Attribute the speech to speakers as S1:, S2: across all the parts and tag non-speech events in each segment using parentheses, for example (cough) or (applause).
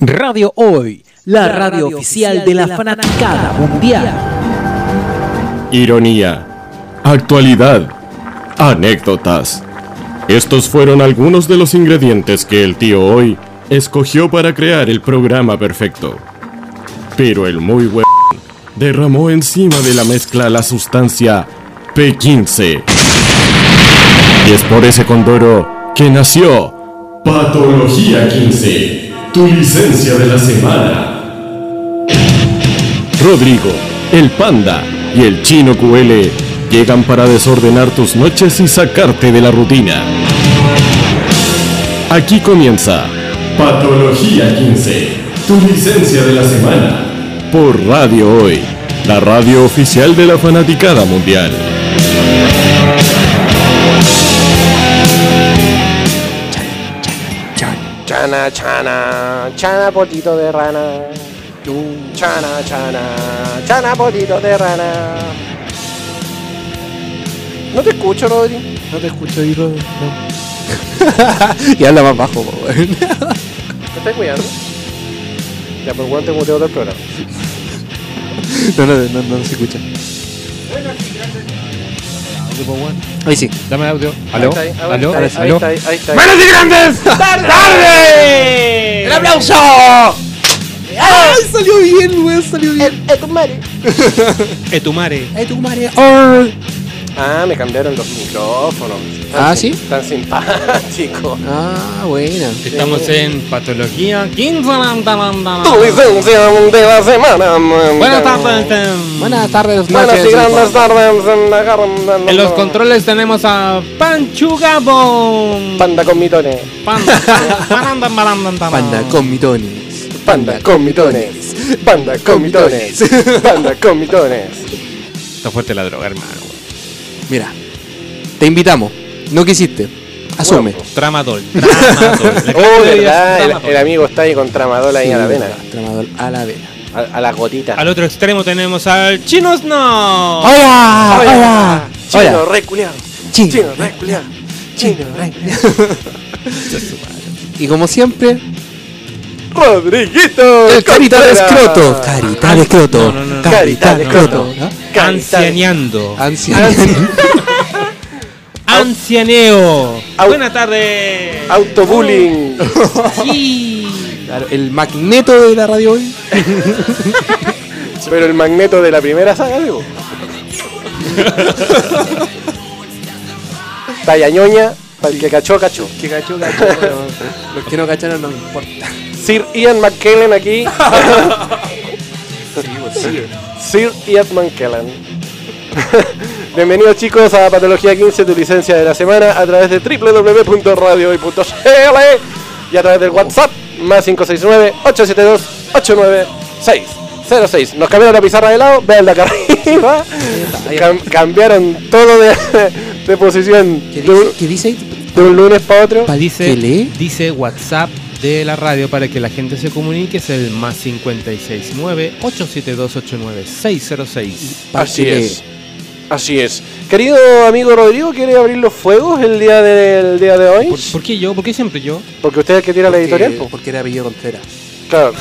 S1: Radio Hoy, la radio oficial de la fanaticada mundial.
S2: Ironía. Actualidad. Anécdotas. Estos fueron algunos de los ingredientes que el tío hoy escogió para crear el programa perfecto. Pero el muy huevón derramó encima de la mezcla la sustancia P15. Y es por ese condoro que nació Patología 15, tu licencia de la semana. Rodrigo, el panda y el chino QL llegan para desordenar tus noches y sacarte de la rutina. Aquí comienza Patología 15, tu licencia de la semana. Por Radio Hoy, la radio oficial de la fanaticada mundial.
S3: Chana, chana, chana, potito de rana. Chana, chana, chana, potito de rana. No te escucho, Rodri.
S1: No te escucho, hijo. (laughs) y habla más bajo, po, weón.
S3: ¿Me estás cuidando? Ya, por cuánto te muteo del programa.
S1: No, no, no, no se escucha. Ahí sí.
S4: Dame audio. ¿Aló?
S3: Ahí está, ahí,
S4: ¿Aló?
S3: ahí está, ahí
S4: ¿Aló?
S3: está, ahí está, ahí está.
S1: ¡El aplauso! ¡Ay, salió bien, weón! Salió bien.
S4: Etumare.
S1: ¡Ay, tu madre!
S3: Ah, me cambiaron los micrófonos. Tan
S1: Ah,
S3: sim-
S1: ¿sí?
S3: Tan simpático.
S1: Ah, buena.
S4: Estamos en Patología
S3: Tu
S4: 15. Buenas
S3: licencia de la semana.
S4: tardes.
S1: Buenas tardes,
S3: Buenas y
S1: noches.
S3: grandes tardes en la garra-
S4: En los controles tenemos a Panchugabón.
S3: Panda con mitones.
S4: Panda. Baranda, baranda, baranda.
S1: Panda con mitones.
S3: Panda con mitones. Panda con mitones. Panda con mitones.
S4: Está fuerte la droga, hermano.
S1: Mira, te invitamos. No quisiste. Asume.
S3: Bueno,
S4: Tramadol. Tramadol. La
S3: Oh,
S4: clave de
S3: verdad,
S4: hoy es
S3: el, el
S4: tramadol.
S3: amigo está ahí con tramadol ahí a la vena.
S1: Tramador a la vena.
S3: A, a las gotitas.
S4: Al otro extremo tenemos al Chinos No.
S1: ¡Hola! ¡Hola!
S3: Chino re culiao.
S1: Chino.
S3: Chino re culiao. Chino re culiao.
S1: (laughs) Y como siempre,
S3: Rodriguito.
S1: el carita de
S3: Contreras.
S1: escroto. Carita de escroto.
S4: No, no, no.
S1: Carita de
S3: No,
S4: no,
S1: escroto. ¿no?
S3: Carita de-
S4: Ancianeando.
S1: Anciano.
S4: Ancianeo.
S3: Au.
S4: Buenas tardes.
S3: Autobullying.
S4: Sí.
S1: (laughs) Claro, el magneto de la radio hoy.
S3: Pero el magneto de la primera saga, digo. Talla ñoña, para el que cachó, cachó.
S1: Que cachó,
S3: (laughs)
S1: cachó. pero Los que no cacharon no importa.
S3: Sir Ian McKellen aquí. Sir Ian McKellen. Bienvenidos chicos a Patología 15, tu licencia de la semana, a través de www.radiohoy.cl y a través del WhatsApp más 569-872-89606. Nos cambiaron la pizarra de lado, vean la acá arriba. Cam- cambiaron todo de, de posición
S1: ¿Qué
S3: de un,
S1: dice? ¿Qué dice?
S3: de un lunes para otro.
S1: Pa-
S4: Dice,
S1: ¿Qué lee?
S4: dice WhatsApp de la radio para que la gente se comunique es el más 569-872-89606.
S3: Así
S1: Parte
S3: es. Así es. Querido amigo Rodrigo, ¿quiere abrir los fuegos el día de, el día de hoy?
S4: ¿Por, por qué yo? ¿Por qué siempre yo?
S3: Porque usted es el que tira la
S1: porque-
S3: editorial. po.
S1: Porque era apellido Contreras.
S3: Claro.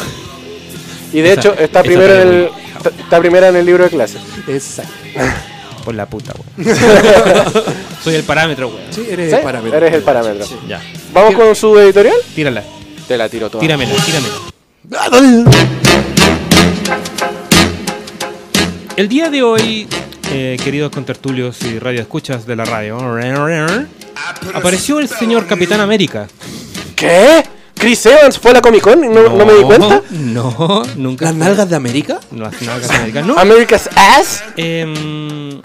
S3: Y de
S4: Esa-
S3: hecho está
S4: esa
S3: primero en
S4: tarea
S3: el
S4: muy
S3: está- está primera en el libro de clases.
S1: Exacto.
S4: Por la puta, weón. (laughs) Soy el parámetro, weón.
S1: Sí, eres
S3: ¿Sí?
S1: el parámetro.
S3: Eres el parámetro.
S1: Sí.
S4: Ya.
S3: Vamos con su editorial.
S4: Tírala.
S3: Te la tiro toda.
S4: Tíramela, tíramela.
S5: Ah,
S4: El día de hoy, eh, queridos contertulios y radioescuchas de la radio, apareció el señor Capitán América.
S3: ¿Qué? Chris Evans fue a la Comic Con y no, no me di cuenta.
S4: (laughs) No, nunca.
S1: ¿Las nalgas de América?
S4: No, las nalgas américas, no.
S3: America's Ass.
S4: Em,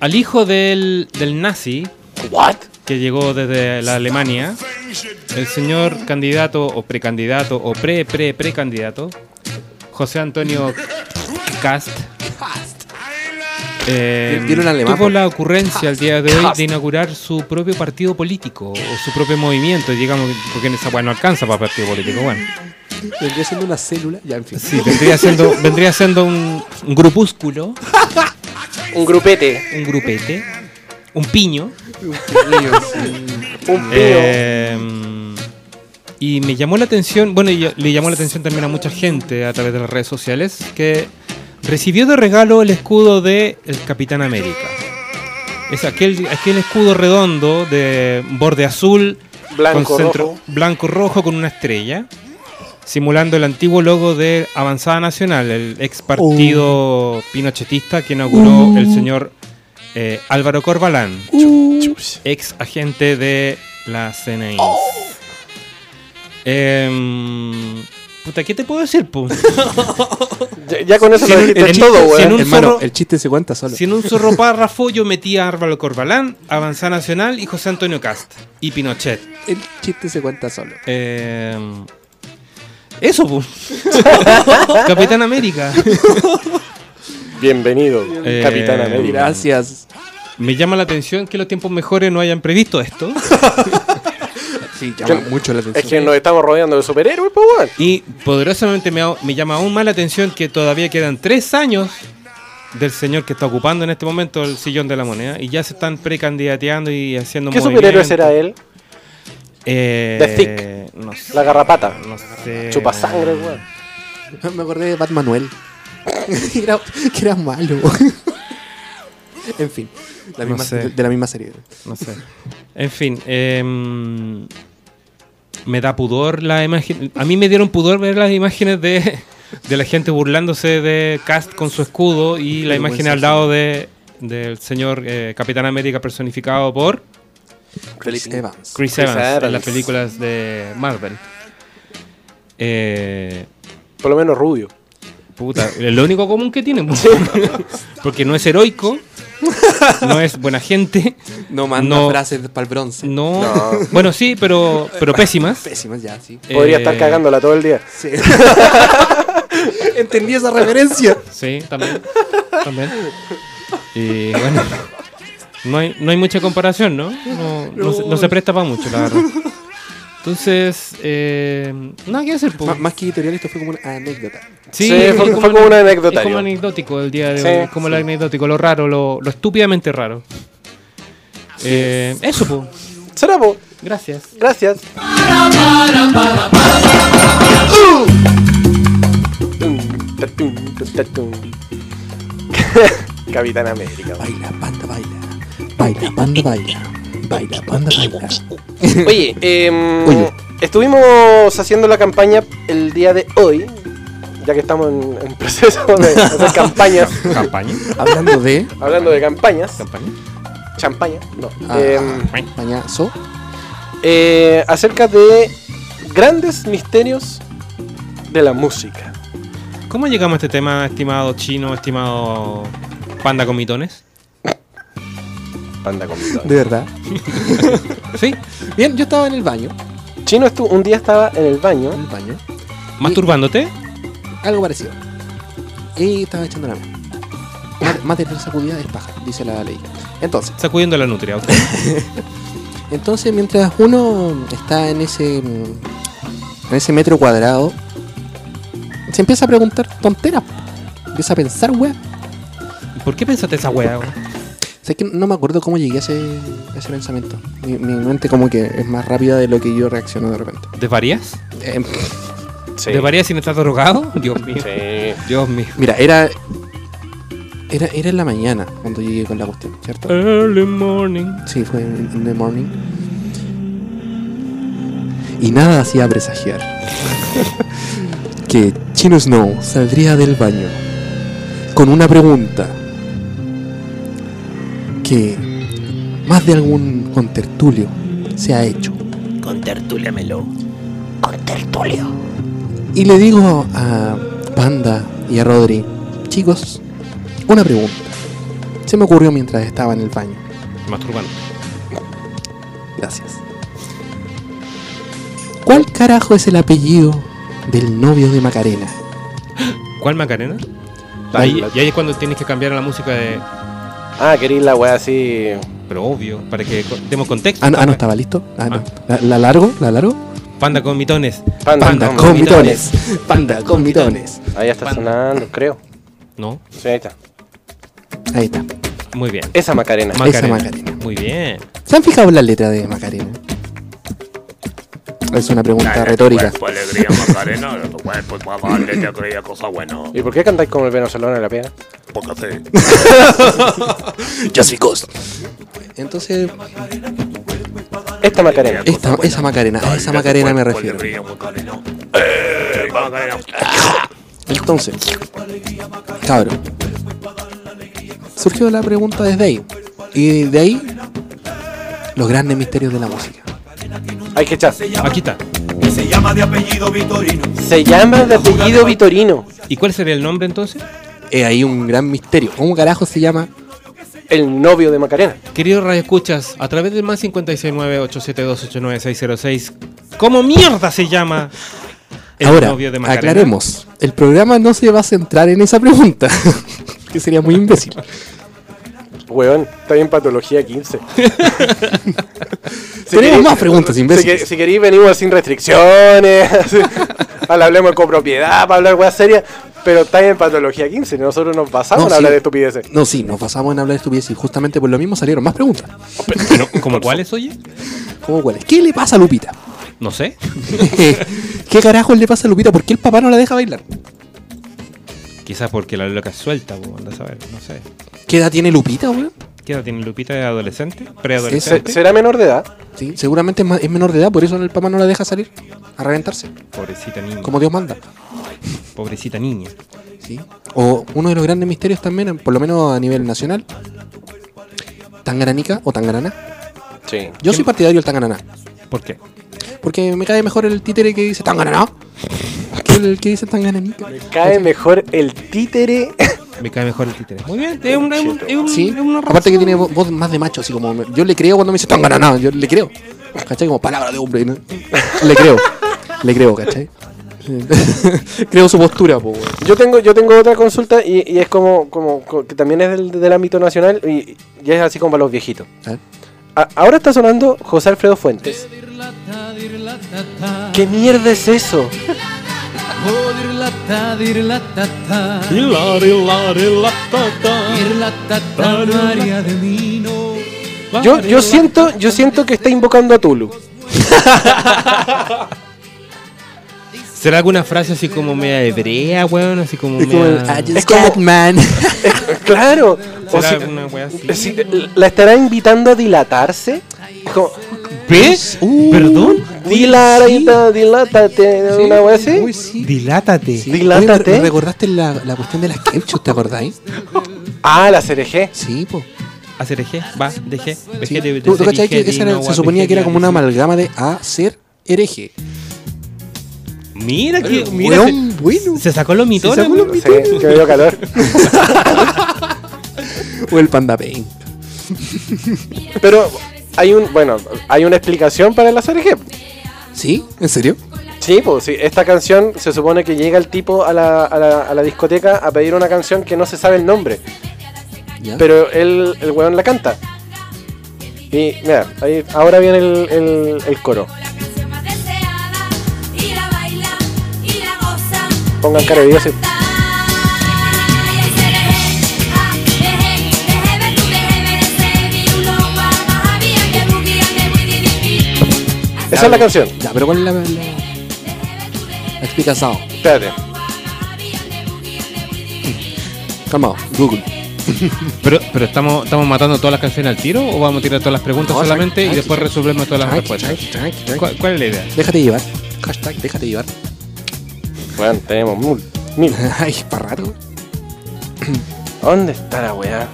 S4: al hijo del, del nazi
S3: What?
S4: que llegó desde la Alemania, el señor candidato o precandidato o pre pre precandidato José Antonio Cast em,
S1: Tiene un alemán,
S4: tuvo
S1: po.
S4: la ocurrencia el día de hoy
S1: Kast.
S4: de inaugurar su propio partido político o su propio movimiento, digamos, porque en esa weá no alcanza para partido político, bueno.
S1: Vendría siendo una célula. Ya, en fin.
S4: Sí, vendría siendo, vendría siendo un, un grupúsculo,
S3: Un grupete.
S4: un grupete, un piño.
S3: (laughs)
S1: Dios mío, sí.
S3: Un pío.
S4: eh, Y me llamó la atención, bueno, y le llamó la atención también a mucha gente a través de las redes sociales, que recibió de regalo el escudo de el Capitán América. Es aquel, aquel escudo redondo de borde azul,
S3: Blanco,
S4: con centro
S3: rojo.
S4: blanco rojo con una estrella, simulando el antiguo logo de Avanzada Nacional, el ex partido pinochetista que inauguró el señor eh, Álvaro Corbalán, ex agente de la CNI. Em, puta, ¿qué te puedo decir, po? (laughs)
S3: Ya, ya con eso
S4: Si
S3: lo
S4: en un-
S3: dijiste
S4: en-
S3: todo,
S4: si en
S3: weón.
S4: un
S5: Hermano,
S4: zorro-
S5: el chiste se cuenta solo.
S4: Si en un zorro párrafo yo metía a Álvaro Corbalán, Avanzada Nacional y José Antonio Cast y Pinochet.
S5: El chiste se cuenta solo.
S4: Em, eso, po. (laughs) Capitán América.
S3: Bienvenido,
S4: Eh,
S3: Capitán América.
S5: Gracias.
S4: Me llama la atención que los tiempos mejores no hayan previsto esto.
S5: Sí, llama
S3: Que-
S5: mucho la
S3: Es
S5: atención.
S3: que nos estamos rodeando de superhéroes, pues, weón.
S4: Y poderosamente me, ha- me llama aún más la atención que todavía quedan tres años del señor que está ocupando en este momento el sillón de la moneda y ya se están precandidateando y haciendo
S3: ¿Qué superhéroe
S4: movimientos.
S3: será él?
S4: Eh,
S3: The
S4: No sé.
S3: La garrapata.
S4: no sé.
S3: Chupa sangre,
S5: (laughs)
S3: weón.
S5: Me acordé de Batman Noel. que, era, que era malo. (laughs) en fin. la
S4: No
S5: misma-
S4: sé.
S5: de, de la misma serie.
S4: No sé. En fin, em, me da pudor la imagen. A mí me dieron pudor ver las imágenes de, de la gente burlándose de Cast con su escudo y la imagen al lado de, del señor eh, Capitán América personificado por
S5: Chris Evans.
S4: Chris,
S3: Chris
S4: Evans, en
S3: Evans.
S4: las películas de Marvel. Eh,
S3: Por lo menos rubio.
S4: Puta, es lo único común que tienen. Porque no es heroico, no es buena gente,
S5: No manda
S4: No.
S5: frases para el bronce.
S4: no.
S3: No.
S4: Bueno, sí, pero, pero pésimas.
S5: Pésimas ya, sí.
S3: Podría
S4: Eh,
S3: estar cagándola todo el día.
S5: Sí. (laughs) Entendí esa referencia.
S4: Eh, Sí, también. también. Y bueno, no hay, no hay mucha comparación, ¿no? No, no se, no se presta para mucho, la verdad. Entonces, eh, nada que hacer, po.
S5: M- más que editorial, esto fue como una anécdota.
S3: Sí, fue-
S4: es
S3: fue
S4: un-
S3: como un
S4: Es
S3: anecdotario.
S4: como anecdótico el día de
S3: Sí,
S4: hoy. es como el anecdótico, lo raro, lo, lo estúpidamente raro. Eh, eso, po.
S3: Será, po.
S4: Gracias.
S3: Gracias. (laughs) Capitán América. weón.
S5: Baila, panda, baila. Baila, panda, baila. Baila, panda, baila.
S3: Oye, em,
S5: Oye.
S3: estuvimos haciendo la campaña el día de hoy, ya que estamos en, en proceso de
S4: (laughs)
S3: hacer campañas,
S4: Campaña.
S5: Hablando de
S3: hablando de campañas,
S4: Campaña.
S3: champaña, no,
S5: Ah.
S3: em,
S5: pañazo,
S3: eh, acerca de grandes misterios de la música.
S4: ¿Cómo llegamos a este tema, estimado chino, estimado panda con mitones?
S3: Panda con
S5: de verdad.
S4: Sí,
S5: Bien, yo estaba en el baño.
S3: Chino estu- un día estaba en el baño
S5: En el baño.
S4: masturbándote.
S5: Algo parecido. Y estaba echando la mano. Más, más de tres sacudidas es paja, dice la ley. Entonces,
S4: sacudiendo la nutria. ok.
S5: entonces mientras uno está en ese mm, en ese metro cuadrado, se empieza a preguntar tonteras. Empieza a pensar, weá.
S4: ¿Por qué pensaste esa weá? weón?
S5: Sé que no me acuerdo cómo llegué a ese, a ese pensamiento. Mi, mi mente como que es más rápida de lo que yo reacciono de repente.
S4: ¿Desvarías?
S5: Eh,
S3: Sí.
S4: ¿Desvarías sin estar drogado? (laughs) Dios mío.
S3: Sí.
S4: Dios mío.
S5: mira, era, era era en la mañana cuando llegué con la cuestión, ¿cierto?
S4: Early morning.
S5: Sí, fue en, en the morning. Y nada hacía presagiar que Chino Snow saldría del baño con una pregunta que más de algún contertulio se ha hecho.
S1: Contertúliamelo.
S5: Y le digo a Panda y a Rodri, chicos, una pregunta. Se me ocurrió mientras estaba en el baño.
S4: Masturbando.
S5: Gracias. ¿Cuál carajo es el apellido del novio de Macarena?
S4: ¿Cuál Macarena?
S3: La-
S4: Ahí-
S3: la-
S4: y ahí es cuando tienes que cambiar a la música de.
S3: Ah, querí la weá así.
S4: Pero obvio, para que co- demos contexto.
S5: Ah, no, ah, no estaba listo. Ah, no. ¿La, la largo? ¿La largo?
S4: Panda con mitones.
S3: Panda,
S5: Panda
S3: con
S5: con
S3: mitones.
S5: mitones. Panda con mitones.
S3: Ahí está sonando, creo.
S4: No,
S3: Sí, ahí está.
S5: Ahí está.
S4: muy bien.
S3: Esa Macarena.
S5: Macarena.
S4: Muy bien.
S5: ¿Se han fijado en la letra de Macarena? Es una pregunta retórica.
S6: alegría, Macarena, tu cuerpo, tu mamá, te alegría, cosa buena.
S3: ¿Y por qué cantáis como el venezolano en la piedra?
S6: Porque
S5: (laughs)
S6: sí.
S5: Entonces,
S3: Esta Macarena.
S5: esta, esa Macarena, a esa Macarena me refiero.
S6: Alegría, Macarena. Eh, Macarena.
S5: Entonces, cabrón. Surgió la pregunta desde ahí. Y de ahí, los grandes misterios de la música.
S3: Hay que echar.
S4: Aquí está.
S3: Se llama de apellido Vitorino.
S4: ¿Y cuál sería el nombre entonces?
S5: Es ahí un gran misterio. ¿Cómo carajo se llama?
S3: El novio de Macarena.
S4: Queridos radioescuchas, a través del más 569-872-89606, ¿cómo mierda se llama el
S5: Ahora,
S4: novio de Macarena?
S5: aclaremos. El programa no se va a centrar en esa pregunta. (laughs) que sería muy imbécil.
S3: Weón, está bien patología (laughs) 15.
S5: Tenemos más preguntas,
S3: Si, que-
S5: imbéciles.
S3: si queréis, venimos sin restricciones. (laughs) así, al- hablemos de copropiedad, para hablar weas serias. Pero está en patología 15. Nosotros nos basamos en
S5: sí.
S3: hablar de estupideces.
S5: No, sí, nos basamos en hablar de estupideces y justamente por lo mismo salieron más preguntas.
S4: ¿Cómo cuáles, oye?
S5: ¿Cómo cuáles? ¿Qué le pasa a Lupita? (laughs)
S4: No sé.
S5: ¿Qué carajo le pasa a Lupita? ¿Por qué el papá no la deja bailar?
S4: Quizás porque la loca es suelta, pues, anda a saber, no sé.
S5: ¿Qué edad tiene Lupita, weón?
S4: ¿Qué edad tiene Lupita? ¿Es adolescente?
S3: Se-
S4: ¿Preadolescente?
S3: ¿Será menor de edad?
S5: Sí, seguramente es, ma- es menor de edad, por eso el papá no la deja salir a reventarse,
S4: Pobrecita niña.
S5: como Dios manda.
S4: Pobrecita niña.
S5: ¿sí? O uno de los grandes misterios también, por lo menos a nivel nacional, Tangaranica o Tangarana.
S3: Sí.
S5: Yo soy partidario del Tangarana,
S4: ¿Por qué?
S5: porque me cae mejor el títere que dice Tangarana que el que dice Tangaranica.
S3: Cae mejor el títere. (laughs)
S4: Me cae mejor el títere. Muy bien, es un- es un- es un-
S5: Sí,
S4: es una
S5: aparte que
S4: razón.
S5: tiene vo- voz más de macho, así como me- yo le creo cuando me dice Tangarana, yo le creo. ¿Cachai? Como palabra de hombre. ¿no? Le creo, le creo, ¿cachai? (laughs) creo su postura, po, weón.
S3: Yo tengo, yo tengo otra consulta y, y es como, como, co- que también es del, del ámbito nacional y, y es así como para los viejitos.
S5: A ver.
S3: A- ahora está sonando José Alfredo Fuentes. ¿Qué mierda es eso? Yo, yo siento, yo siento que está invocando a Tulu.
S4: ¿Será alguna frase así como media hebrea, weón? Así como
S5: Es como el,
S4: media-
S5: Pues, "I just
S3: Es como-
S5: got
S3: (laughs)
S5: man.
S3: Claro. O
S4: ¿Será
S3: si-
S4: una weá así?
S3: si- ¿La estará invitando a dilatarse? Como,
S4: ¿Ves?
S5: Uh,
S4: ¿Perdón?
S3: Dilarita, dilátate, una wea así.
S5: Uy, sí.
S4: Dilátate.
S5: Sí.
S3: Dilátate.
S5: Oye, ¿me- me recordaste la, la cuestión de las ketchup, ¿te acordáis?
S3: Ah, la cereje.
S5: Sí, po.
S4: Hacer eje, va, deje,
S5: Sí.
S4: veje, de-
S5: ¿Tú, tú
S4: de-
S5: cachai que
S4: dije,
S5: esa era-
S4: dino,
S5: se
S4: guap,
S5: suponía que era
S4: veje,
S5: como una
S4: dije.
S5: amalgama de a ser hereje?
S4: Mira que. Mira,
S5: Weón,
S4: se,
S5: bueno.
S4: se sacó los mitones. weón.
S3: Sí, que me dio calor.
S5: O el panda pain.
S3: Pero hay un, bueno, hay una explicación para la cereje.
S5: ¿Sí? ¿En serio?
S3: Sí, pues sí, esta canción se supone que llega el tipo a la, a la, a la discoteca a pedir una canción que no se sabe el nombre,
S5: Ya.
S3: pero él, el weón la canta. Y mira, ahí, ahora viene el, el, el coro.
S7: La canción más deseada y la baila y la goza.
S3: Pongan cara de Dios y- Esa es la canción.
S5: Ya, pero ¿cuál es la, la, la explicación?
S3: Espérate.
S5: Calmado, Google.
S4: Pero, pero estamos, estamos matando todas las canciones al tiro o vamos a tirar todas las preguntas
S5: No,
S4: solamente
S5: tranqui,
S4: y después
S5: tranqui,
S4: resolvemos todas las
S5: Tranqui, tranqui,
S4: respuestas.
S5: tranqui, tranqui.
S4: ¿Cuál, cuál es la idea?
S5: Déjate llevar. Hashtag, déjate llevar. (laughs)
S3: Bueno, tenemos mil. mil.
S5: Ay, para rato.
S3: ¿Dónde está la weá?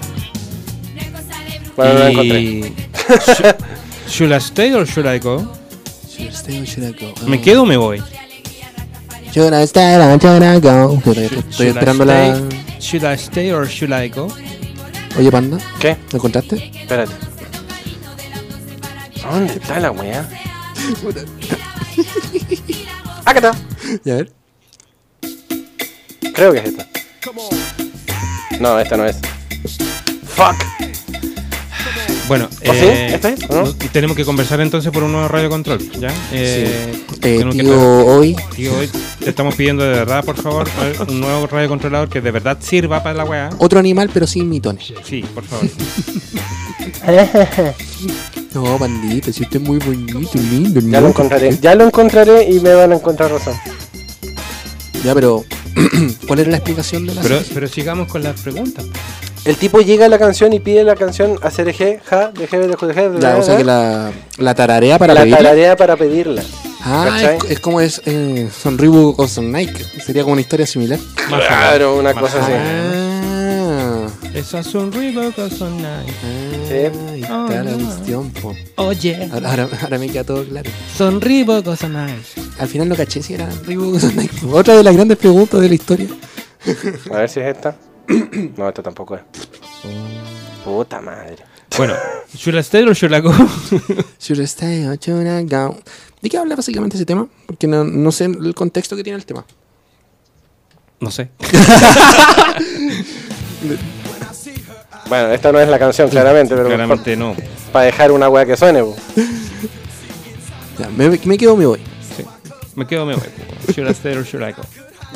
S3: Bueno, no la encontré.
S4: Sh- (laughs) ¿Should I stay or should I go?
S5: Should I stay or should I go? Ah.
S4: ¿Me quedo o me voy?
S5: Should I stay or should I go? Estoy, estoy
S4: Should I
S5: esperando la...
S4: stay- Should I stay or should I go?
S5: Oye, panda,
S3: ¿Qué?
S5: ¿lo encontraste? (laughs)
S3: Espérate. ¿Dónde está la weá? Acá está.
S5: Ya ver.
S3: Creo que es esta. No, esta no es. Fuck.
S4: Bueno, eh,
S3: ¿Ah, sí? ¿Está bien? ¿O no?
S4: tenemos que conversar entonces por un nuevo radio control, ¿ya? Eh,
S5: Eh,
S4: tenemos que
S5: tío, hoy
S4: Tío, hoy te estamos pidiendo de verdad, por favor, eh, un nuevo radio controlador que de verdad sirva para la weá.
S3: (laughs)
S5: otro animal pero sin mitones.
S4: Sí, por favor.
S5: No, bandita, si usted es muy bonito, lindo,
S3: Ya lo
S5: ¿no?
S3: encontraré, ya lo encontraré y me van a encontrar razón.
S5: Ya, pero. (clears throat) ¿Cuál era la explicación de la
S4: Pero,
S5: situación?
S4: pero sigamos con las preguntas.
S3: El tipo llega a la canción y pide la canción a CRG, ja, de jefe, de jefe, de
S5: Ya, o sea que la, la tararea para
S3: la
S5: pedirla.
S3: tararea para pedirla.
S5: Ah,
S3: ¿cachai?
S5: es, es como es eh, son Reebok o son Nike. Sería como una historia similar.
S4: Más o menos.
S3: Claro, una
S4: Más
S3: cosa así.
S5: Ah,
S4: Esas son Reebok, esas son Nike.
S5: ah, ahí está
S4: Oh,
S5: la
S4: no.
S5: cuestión, po.
S4: Oye,
S5: Ahora, ahora, ahora me queda todo claro.
S4: son Reebok, o son Nike.
S5: Al final no caché si eran Reebok o son Nike. Otra de las grandes preguntas de la historia.
S3: A ver si es esta. (clears throat) No, esta tampoco es. Puta madre.
S4: Bueno, ¿should I stay or should I go? (laughs)
S5: Should I stay or should I go? ¿De qué habla básicamente ese tema? Porque no, no sé el contexto que tiene el tema.
S4: no sé.
S3: Bueno, esta no es la canción, claramente, pero
S4: Claramente no.
S3: para dejar una weá que suene. po.
S5: Ya, me, me quedo o me voy.
S4: Sí. Me quedo, me voy. Should I stay or should I go?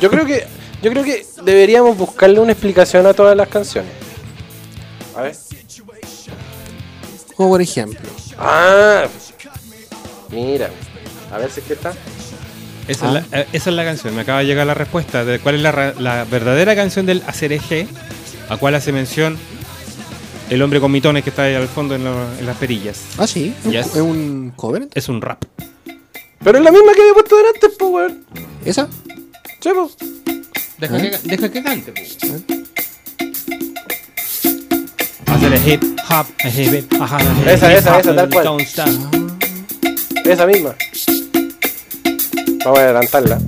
S3: Yo creo que yo creo que deberíamos buscarle una explicación a todas las canciones. A ver.
S5: Como por ejemplo.
S3: Ah. Mira. A ver si es que está.
S4: Esa, es
S3: Ah.
S4: la, eh, esa es la canción, me acaba de llegar la respuesta de cuál es la, ra- la verdadera canción del ACRG, a cuál hace mención el hombre con mitones que está ahí al fondo en, lo- en las perillas.
S5: Ah, sí. un
S4: Yes.
S5: co- ¿Es un cover?
S4: Es un rap.
S3: Pero es la misma que había puesto delante, pues, weón.
S5: ¿Esa?
S3: Sí, po.
S4: Deja,
S5: ¿Eh?
S4: que, deja que cante. pues. Hacer el hip hop, el hip hop, ajá, el
S3: Esa,
S4: hip
S3: esa,
S4: hop,
S3: esa, tal
S4: el
S3: cual.
S4: don't stop.
S3: Esa misma. Vamos a adelantarla.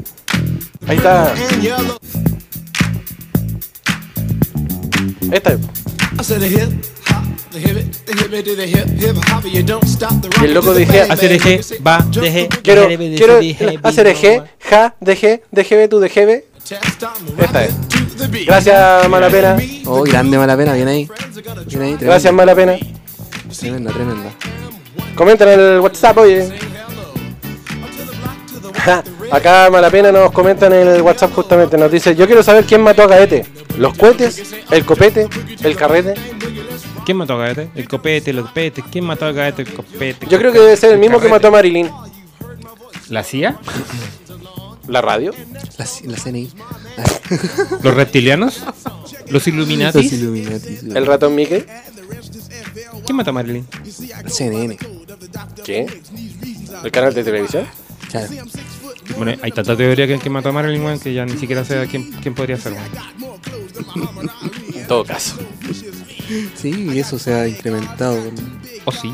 S3: Ahí está. Esta. Y el loco dice,
S4: Hacer el hip, va, deje.
S3: Quiero,
S4: deje,
S3: quiero
S4: deje,
S3: hacer G, ja, DG, DGB, tu DGB. Esta es. Gracias, mala pena.
S5: Oh, grande mala pena, bien ahí. Bien ahí, tremendo.
S3: Gracias, mala pena.
S5: Tremenda, tremenda.
S3: Comenta en el WhatsApp, oye. Ja, Acá Malapena nos comentan en el WhatsApp justamente, nos dice, yo quiero saber quién mató a Caete, los cohetes, el copete, el carrete.
S4: ¿Quién mató a Gaete? El copete, los petes. ¿Quién mató a Gaete? El copete.
S3: Yo creo que debe ser el mismo que
S4: carrete.
S3: mató a Marilyn.
S4: ¿La CIA?
S3: ¿La radio?
S5: La, C- la CNI.
S4: (laughs) ¿Los reptilianos? ¿Los
S5: Los
S4: (laughs) Illuminati?
S5: Illuminati.
S3: ¿El ratón Mickey?
S4: ¿Quién mató a Marilyn?
S5: CNN.
S3: ¿Qué? ¿El canal de televisión?
S5: Claro.
S4: Bueno, hay tanta teoría que el que mató a Marilyn weón, que ya ni siquiera sé a quién, quién podría ser. weón.
S3: En todo caso.
S5: Sí, y eso se ha incrementado con,
S4: Oh, sí.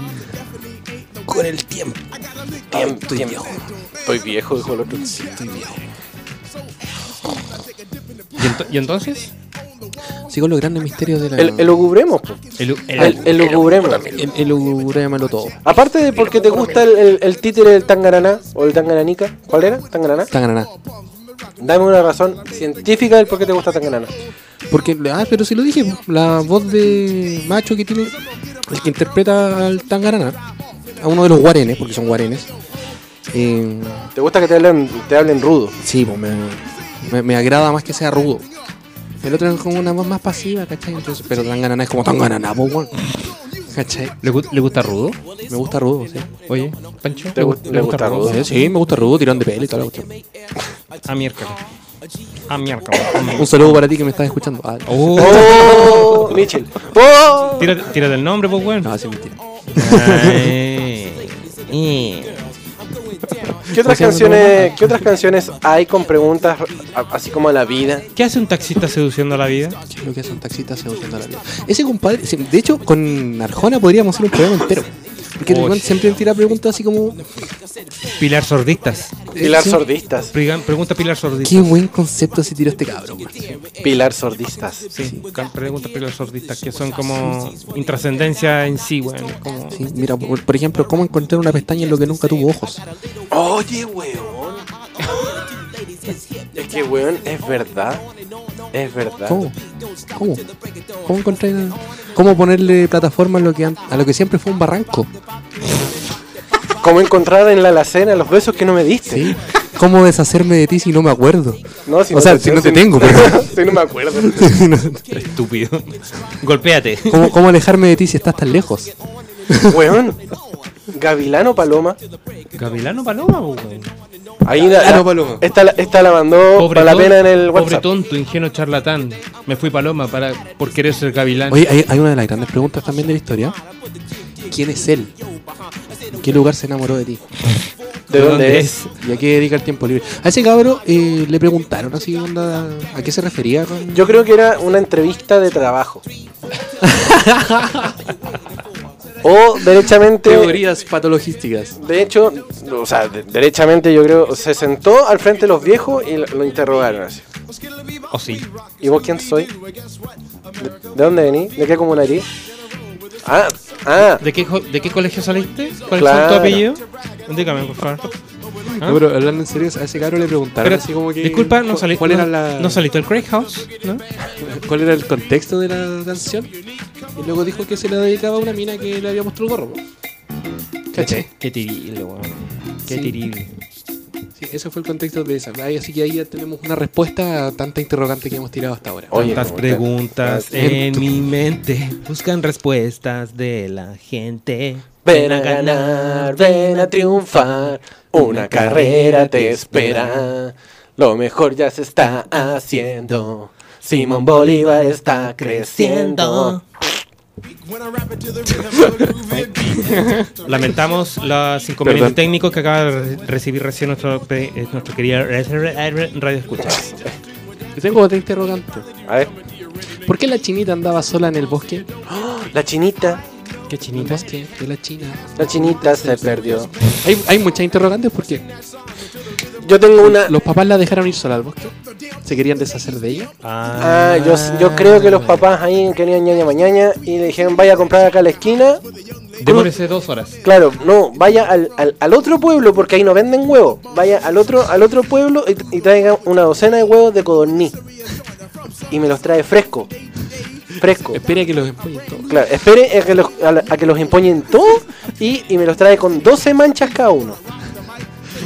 S5: con el tiempo. estoy
S3: Tiem-
S5: viejo.
S3: Estoy viejo, dijo el otro.
S5: Estoy viejo.
S4: ¿Y, ento- y entonces?
S5: Sigo los grandes misterios de la.
S3: El, el lugubremos, po.
S4: El, el-
S3: el, el lugubremos.
S5: el, el llámalo todo.
S3: Aparte de porque te gusta el, el- el títere del Tangaraná o el Tangaranica, ¿cuál era? ¿Tangaraná?
S5: Tanganá.
S3: Dame una razón científica del por qué te gusta Tangaraná.
S5: Porque, ah, pero si lo dije, la voz de macho que tiene, el que interpreta al Tangarana, a uno de los guarenes, porque son guarenes. eh,
S3: ¿Te gusta que te hablen, te hablen rudo?
S5: sí, pues me, me- me agrada más que sea rudo. El otro es como una voz más pasiva, ¿cachai? Entonces, pero Tangarana es como Tangarana, pues, weón. ¿cachai?
S4: ¿le, gu- le gusta rudo?
S5: Me gusta rudo, sí.
S4: Oye, Pancho.
S3: ¿Te gu- le gusta rudo?
S5: Sí, sí, me gusta rudo, tirón de pelo y toda la cuestión.
S4: A miércoles. A miércoles. a
S5: Un
S4: miércoles.
S5: saludo para ti que me estás escuchando. Ah,
S4: Oh,
S3: (laughs) (laughs) ¡Oh! Mitchell. ¡Oh!
S4: tírate, tírate el nombre, pues, weón.
S5: no, sí, mentira.
S4: Ay. Eh.
S3: ¿Qué otras canciones, qué otras canciones hay con preguntas a- así como a la vida?
S4: ¿Qué hace un taxista seduciendo a la vida?
S5: ¿Qué es lo que hacen taxistas seduciendo a la vida? Ese compadre, sí, de hecho, con Arjona podríamos hacer un programa entero. Porque el
S3: Oh,
S4: Oye.
S5: weón siempre tira preguntas así como. eh,
S4: Pilar Sordistas.
S3: Pilar
S5: Sí.
S3: Sordistas.
S4: Prigan- Pregunta Pilar Sordistas.
S5: Qué buen concepto se tiró este cabrón. weón.
S3: Pilar Sordistas.
S4: Sí, ca- pregunta Pilar Sordistas, que son como intrascendencia en sí, weón. es Como...
S5: Sí, mira, por, por ejemplo, cómo encontrar una pestaña en lo que nunca tuvo ojos.
S3: Oye, weón. (laughs) Es que, weón, es verdad. Es verdad.
S5: ¿Cómo? ¿Cómo? ¿Cómo encontrar cómo ponerle plataforma a lo que an- a lo que siempre fue un barranco?
S3: ¿Cómo encontrar en la alacena los besos que no me diste? (laughs)
S5: ¿Sí? ¿Cómo deshacerme de ti si no me acuerdo?
S3: No, si
S5: o sea, si no te tengo,
S3: (laughs)
S5: pero-
S3: si no me acuerdo.
S4: Estúpido. Golpéate.
S5: ¿Cómo, ¿Cómo alejarme de ti si estás tan lejos?
S3: Weón, Gavilano Paloma.
S4: Gavilano Paloma, po, weón.
S3: Ahí
S5: Ah,
S3: la-
S1: Gavilano
S3: la-
S1: Paloma.
S3: Esta, la- esta la mandó
S4: Pobre
S3: para la
S4: ton-
S3: pena en el
S4: Pobre
S3: WhatsApp.
S4: tonto, ingenuo charlatán. Me fui Paloma para, por querer ser Gavilán.
S5: Oye, hay, hay una de las grandes preguntas también de la historia. ¿Quién es él? ¿En qué lugar se enamoró de ti?
S3: ¿De dónde es?
S5: ¿Y a qué dedica el tiempo libre? A ese cabro eh, le preguntaron así, onda, ¿a qué se refería? Con...
S3: Yo creo que era una entrevista de trabajo. o derechamente.
S5: Teorías patologísticas.
S3: De hecho, o sea, de- derechamente yo creo, se sentó al frente de los viejos y lo, lo interrogaron así.
S4: O Oh, sí.
S3: ¿Y vos quién soy? ¿De, de dónde venís? ¿De qué comuna eres? Ah, ah,
S4: ¿De qué, jo- de qué colegio saliste? ¿Cuál
S3: Claro.
S4: es tu apellido? Dígame, por favor. ¿Ah?
S5: No, pero hablando en serio, a ese cabro le preguntaron
S4: Pero,
S5: así como que.
S4: disculpa, no,
S5: ¿cu-
S4: sali-
S5: ¿Cuál
S4: no-
S5: era la-
S4: no saliste del Craig House? ¿no?
S5: ¿Cuál era el contexto de la canción? Y luego dijo que se la dedicaba a una mina que le había mostrado el gorro. ¿no? ¿Caché?
S4: Qué terrible, weón. Qué
S5: Sí.
S4: terrible.
S5: Sí, ese fue el contexto de esa. Ahí- Así que ahí ya tenemos una respuesta a tanta interrogante que hemos tirado hasta ahora.
S3: Oye,
S4: Tantas
S3: como
S4: preguntas
S5: en
S4: Eh, en
S5: tu-
S4: mi mente buscan respuestas de la gente.
S3: Ven a ganar, ven a triunfar, una carrera te espera. Lo mejor ya se está haciendo. Simón Bolívar está creciendo.
S4: Lamentamos los inconvenientes técnicos que acaba de re- recibir recién nuestro, pe- eh, nuestro querido Radio Escucha.
S5: Tengo otra interrogante.
S3: A ver,
S5: ¿Por qué la chinita andaba sola en el bosque?
S3: la chinita,
S4: Qué
S5: En el
S4: chinita.
S5: bosque de la China.
S3: la chinita se perdió.
S5: Hay, hay muchas interrogantes porque
S3: Yo tengo una.
S5: los papás la dejaron ir sola al bosque. ¿Se querían deshacer de ella?
S3: Ah, yo, yo creo que los papás ahí querían ñaña mañana y le dijeron vaya a comprar acá a la esquina.
S4: Demórese dos horas.
S3: Claro, no, vaya al, al- al otro pueblo porque ahí no venden huevos. Vaya al otro, al otro pueblo y, y traiga una docena de huevos de codorniz. Y me los trae fresco. Fresco.
S5: Espera que los empujen todos.
S3: Claro, espere a que los, a la- a que los empoñen todos y, y me los trae con 12 manchas cada uno.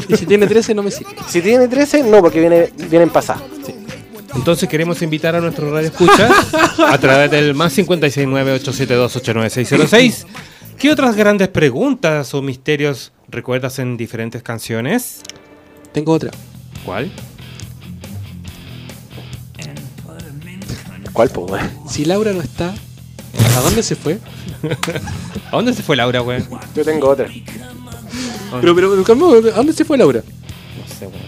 S5: Y si tiene 13 no me sirve.
S3: Si tiene 13, no, porque viene, vienen pasadas.
S4: Entonces queremos invitar a nuestro Radio Escucha
S5: (laughs)
S4: a través del más 569-872-89606. ¿Qué otras grandes preguntas o misterios recuerdas en diferentes canciones?
S5: Tengo otra.
S4: ¿Cuál?
S3: ¿Cuál, po, weón?
S5: Si Laura no está, ¿a dónde se fue?
S4: ¿A dónde se fue Laura, güey?
S3: Yo tengo otra.
S5: Pero, pero, pero, calma, ¿a dónde se fue Laura?
S4: No sé, güey.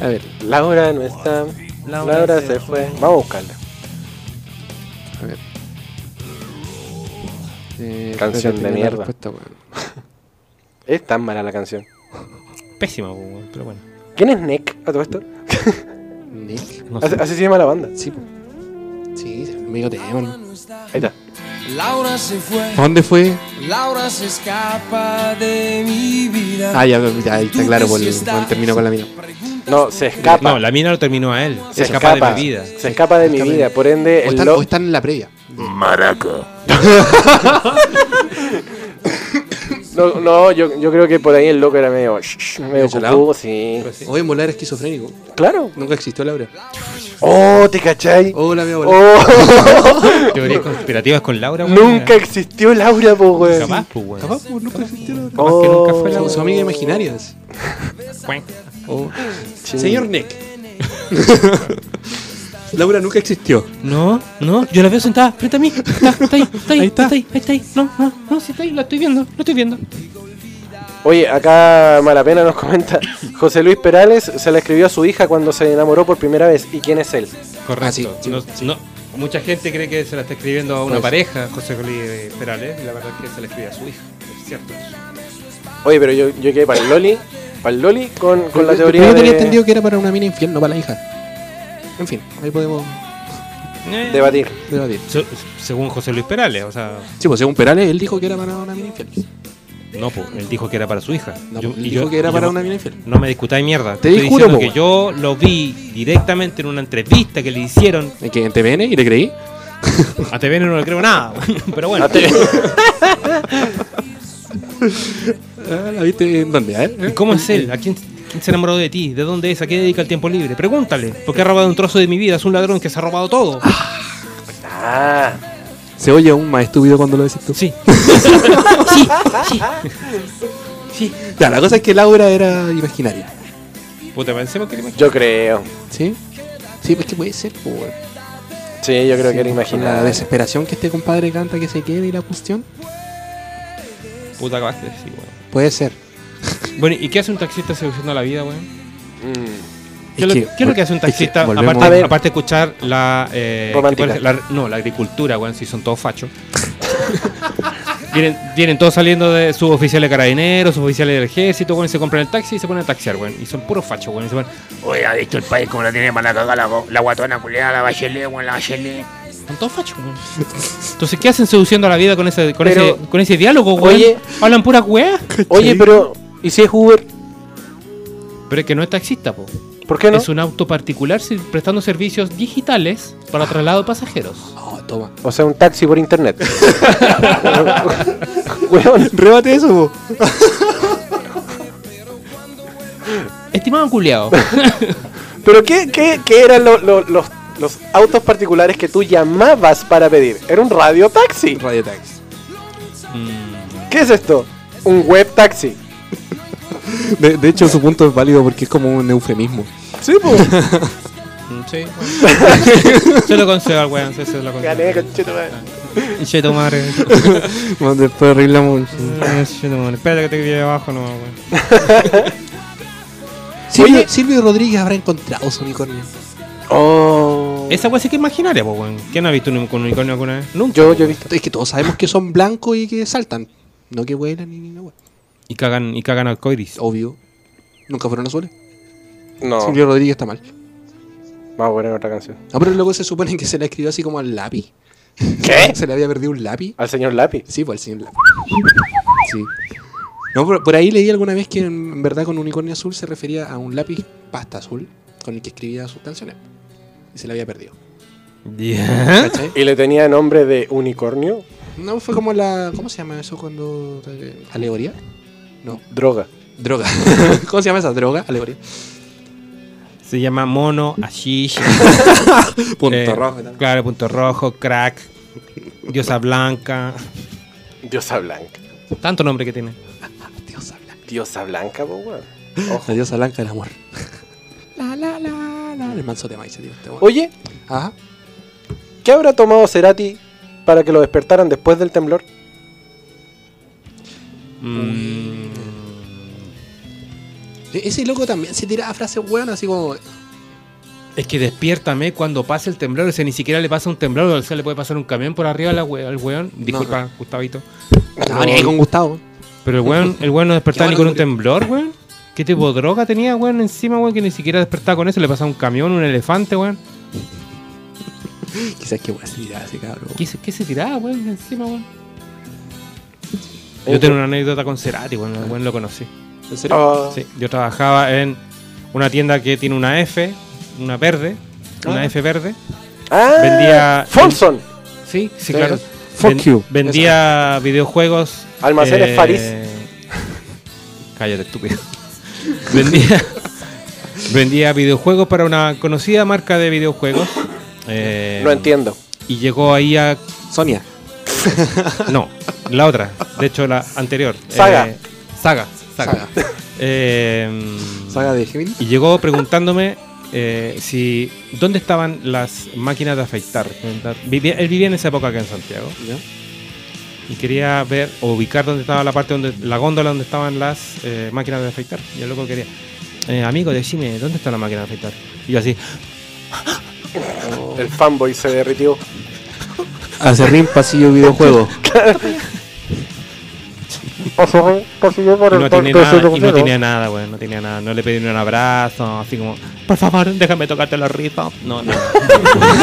S5: A ver,
S3: Laura no está. Laura, se fue. Vamos a buscarla.
S5: a ver. Eh,
S3: Canción
S5: espérate,
S3: de
S5: la
S3: mierda.
S5: respuesta, weón.
S3: Es tan mala la canción.
S4: Pésima, güey, pero bueno.
S3: ¿Quién es Nick a todo esto?
S5: Nick.
S4: No
S3: Así,
S4: sé.
S3: así se llama la banda.
S5: Sí, po. sí, amigo Demon.
S3: Ahí está.
S8: Laura se fue,
S5: ¿A dónde fue?
S8: Laura se escapa de mi vida.
S5: Ah, ya, ya, ahí está claro, por el buen término con la mina.
S3: No, se escapa.
S4: No, la mina lo terminó a él.
S3: se
S4: Se
S3: escapa,
S4: escapa de mi vida.
S3: Se escapa de mi
S5: Escapa de-
S3: vida. Por ende,
S5: O
S3: el
S5: están,
S3: lo-
S5: o están en la previa.
S6: Maraca.
S3: no, no, yo, yo creo que por ahí el loco era medio. medio
S5: ¿Cholao?
S3: cucú, sí.
S5: O en volar esquizofrénico.
S3: Claro.
S5: Nunca existió Laura.
S3: Oh, ¿te cachai?
S5: Hola, mi abuela.
S3: Oh, (laughs)
S4: Teorías conspirativas con Laura, güey.
S3: nunca existió Laura, po, weón.
S4: Capaz, pues, güey.
S5: Capaz, po, nunca existió Laura.
S4: Capaz que nunca fue
S5: Son
S4: Laura.
S5: sus amigas imaginarias.
S4: Cuenc.
S5: O- Señor Nick. (laughs) Laura nunca existió.
S4: No, no, yo la veo sentada frente a mí. Está, está ahí, está ahí,
S5: Ahí está.
S4: está. ahí, ahí está ahí. No, no, no, sí está ahí, la estoy viendo, la estoy viendo.
S3: Oh. Oye, acá Malapena nos comenta. José Luis Perales se la escribió a su hija cuando se enamoró por primera vez. ¿Y quién es él?
S4: Correcto.
S5: Ah, sí, sí.
S4: No, no, mucha gente cree que se la está escribiendo a una
S5: Pues.
S4: pareja, José Luis Perales, y la verdad es que se la escribe a su hija. Es cierto. eso.
S3: Oye, pero yo, yo quedé para el Loli. Para el Loli con, con la
S5: Pero
S3: teoría.
S5: Yo tenía
S3: de-
S5: entendido que era para una mina infiel, no para la hija. En fin, ahí podemos
S4: Eh,
S3: Debatir.
S5: debatir.
S4: se- según José Luis Perales, o sea,
S5: Sí, pues según Perales, él dijo que era para una mina infiel.
S4: no, pues, él dijo que era para su hija.
S5: No, pues,
S4: Yo-
S5: él
S4: y
S5: dijo
S4: yo-
S5: que era
S4: yo
S5: para
S4: no-
S5: una mina infiel.
S4: No me discutáis mierda.
S5: Te
S4: Estoy
S5: juro,
S4: diciendo
S5: po,
S4: que yo lo vi directamente en una entrevista que le hicieron.
S5: ¿En qué? ¿En TVN? ¿Y le creí?
S4: A TVN no le creo nada, (laughs) pero bueno.
S3: Ah, te-
S5: Ah, ¿La viste en dónde? A ver.
S4: ¿Y cómo es él? ¿A quién, quién se enamoró de ti? ¿De dónde es? ¿A qué dedica el tiempo libre? Pregúntale. Porque ha robado un trozo de mi vida. Es un ladrón que se ha robado todo.
S3: Ah,
S5: Se oye aún más estúpido cuando lo decís tú.
S4: Sí.
S5: Ya, la cosa es que Laura era imaginaria.
S4: Puta, pensemos que era imaginario.
S3: Yo creo.
S5: ¿Sí? Sí, pues que puede ser, po, weón.
S3: Sí, yo creo que era
S5: Con La
S3: imaginario.
S5: desesperación que este compadre canta que se quede y la cuestión.
S4: Puta, acabaste de decir, weón.
S5: Puede ser.
S4: Bueno, ¿y qué hace un taxista seduciendo a la vida, weón?
S3: Mm,
S4: ¿Qué, es lo-
S5: que-
S4: qué es lo que hace un
S5: es que
S4: taxista?
S5: volvemos-
S4: aparte,
S3: A ver.
S4: aparte de escuchar la, eh,
S3: Romántica.
S4: ¿qué parece? La- No, la agricultura, weón, si son todos fachos. (laughs) vienen, vienen todos saliendo de sus oficiales carabineros, sus oficiales del ejército, weón, y se compran el taxi y se ponen a taxiar, weón. Y son puros fachos, weón. y se van,
S6: Oye, ¿ha visto el país como la tiene para cagar la, go- la guatona culiada, la bachelet, weón, la bachelet?
S4: son todos fachos, weón. Entonces, ¿qué hacen seduciendo a la vida con ese, con
S3: Pero-
S4: ese, con ese diálogo, weón?
S3: Oye.
S4: Hablan pura weá.
S3: Oye, pero. ¿Y si es Uber?
S4: Pero es que no es taxista, po.
S3: ¿Por qué no?
S4: Es un auto particular si- prestando servicios digitales para traslado de pasajeros.
S5: Oh, toma.
S3: O sea, un taxi por internet.
S4: (laughs)
S3: (laughs) Weón.
S5: Rebate eso, po.
S4: Estimado culiao.
S3: ¿Pero qué, qué, qué eran lo- lo- los, los autos particulares que tú llamabas para pedir? Era un radio taxi.
S5: Radio Tax.
S3: ¿Qué es esto? Un web taxi.
S5: De, de hecho, su punto es válido porque es como un eufemismo.
S3: Sí, pues.
S4: sí. se lo concedo al weón, se, se lo
S3: (laughs)
S4: concedo.
S3: Gané, conchetumare.
S4: Che, tu madre.
S5: Bueno, Después arreglamos.
S4: Che, tu madre. Espérate que te quede abajo nomás, weón.
S5: Silvio, Silvio Rodríguez habrá encontrado su unicornio.
S3: Oh.
S4: Esa weón sí que es imaginaria, po, weón. ¿Quién ha visto un un unicornio alguna vez? Nunca.
S3: Yo, yo he visto.
S5: Es que todos sabemos que son blancos y que saltan. No que vuelan ni nada,
S4: Y cagan, y cagan arcoiris.
S5: Obvio. Nunca fueron azules.
S3: No.
S5: Silvio Rodríguez está mal.
S3: Vamos a poner otra canción.
S5: Ah, pero luego se supone que se la escribió así como al lápiz.
S3: ¿Qué?
S5: (laughs) Se le había perdido un lápiz.
S3: Al señor Lápiz.
S5: Sí, pues el señor lápiz. Sí. No, por, por ahí leí alguna vez que en, en verdad con unicornio azul se refería a un lápiz pasta azul con el que escribía sus canciones. Y se la había perdido.
S3: ¿Eh?
S4: Ya.
S5: ¿Cachai?
S3: ¿Y le tenía nombre de unicornio?
S5: No, fue como la. ¿Cómo se llama eso cuando. eh, alegoría?
S3: Droga.
S5: Droga. (laughs) ¿Cómo se llama esa droga? Alegoría.
S4: Se llama mono, (laughs) ashish.
S5: Punto
S4: eh,
S5: rojo y tal.
S4: Claro, punto rojo, crack. Diosa blanca.
S3: Diosa blanca.
S4: Tanto nombre que tiene.
S5: Diosa blanca.
S3: Diosa blanca, po, weón.
S5: La diosa blanca del amor. (laughs) La la la la. El manso de maíz, tío. Este weón.
S3: Oye,
S5: Ajá.
S3: ¿qué habrá tomado Cerati para que lo despertaran después del temblor?
S4: Mm.
S5: E- Ese loco también se tiraba frases buenas, así como.
S4: Es que despiértame cuando pase el temblor. O sea, ni siquiera le pasa un temblor. O sea, le puede pasar un camión por arriba a la we- al weón. Disculpa, Gustavito.
S5: No, ni ahí con Gustavo.
S4: Pero el weón, el weón no despertaba
S5: Qué
S4: ni con
S5: bueno
S4: un
S5: que
S4: temblor, weón. ¿Qué tipo de droga tenía, weón, encima, weón? Que ni siquiera despertaba con eso. Le pasaba un camión, un elefante, weón.
S5: Quizás que voy a tirar ese cabrón.
S4: ¿Qué, se- qué se tiraba, weón, encima, weón? Yo tengo una anécdota con Cerati, weón. El weón lo conocí.
S5: ¿En serio?
S3: Ah,
S4: Sí, yo trabajaba en una tienda que tiene una F, una verde, una F verde.
S3: Ah,
S4: Vendía-
S3: Folson.
S4: Ah, Sí, sí, claro.
S5: Fuck you.
S4: Vendía videojuegos. eh,
S3: Almacenes Faris.
S4: (laughs) Cállate, estúpido. (laughs) vendía, vendía videojuegos para una conocida marca de videojuegos. eh,
S3: No entiendo.
S4: Y llegó ahí a.
S5: Sonia.
S4: No, la otra. De hecho, la anterior. eh,
S3: Saga.
S4: saga. Saga.
S5: Saga.
S4: Eh,
S5: Saga de Heaven.
S4: y llegó preguntándome eh, si dónde estaban las máquinas de afeitar. Vivía- él vivía en esa época acá en Santiago
S5: ¿Ya?
S4: y quería ver o ubicar dónde estaba la parte donde la góndola donde estaban las eh, máquinas de afeitar. Y el loco quería, eh, amigo, decime dónde está la máquina de afeitar. Y yo así,
S3: El fanboy se derritió.
S5: Acerrín, pasillo, videojuego.
S4: y no tenía nada, y no tenía nada, güey, no tenía nada. No le pedí ni un abrazo, así como, por favor, déjame tocarte los rizos. No, no,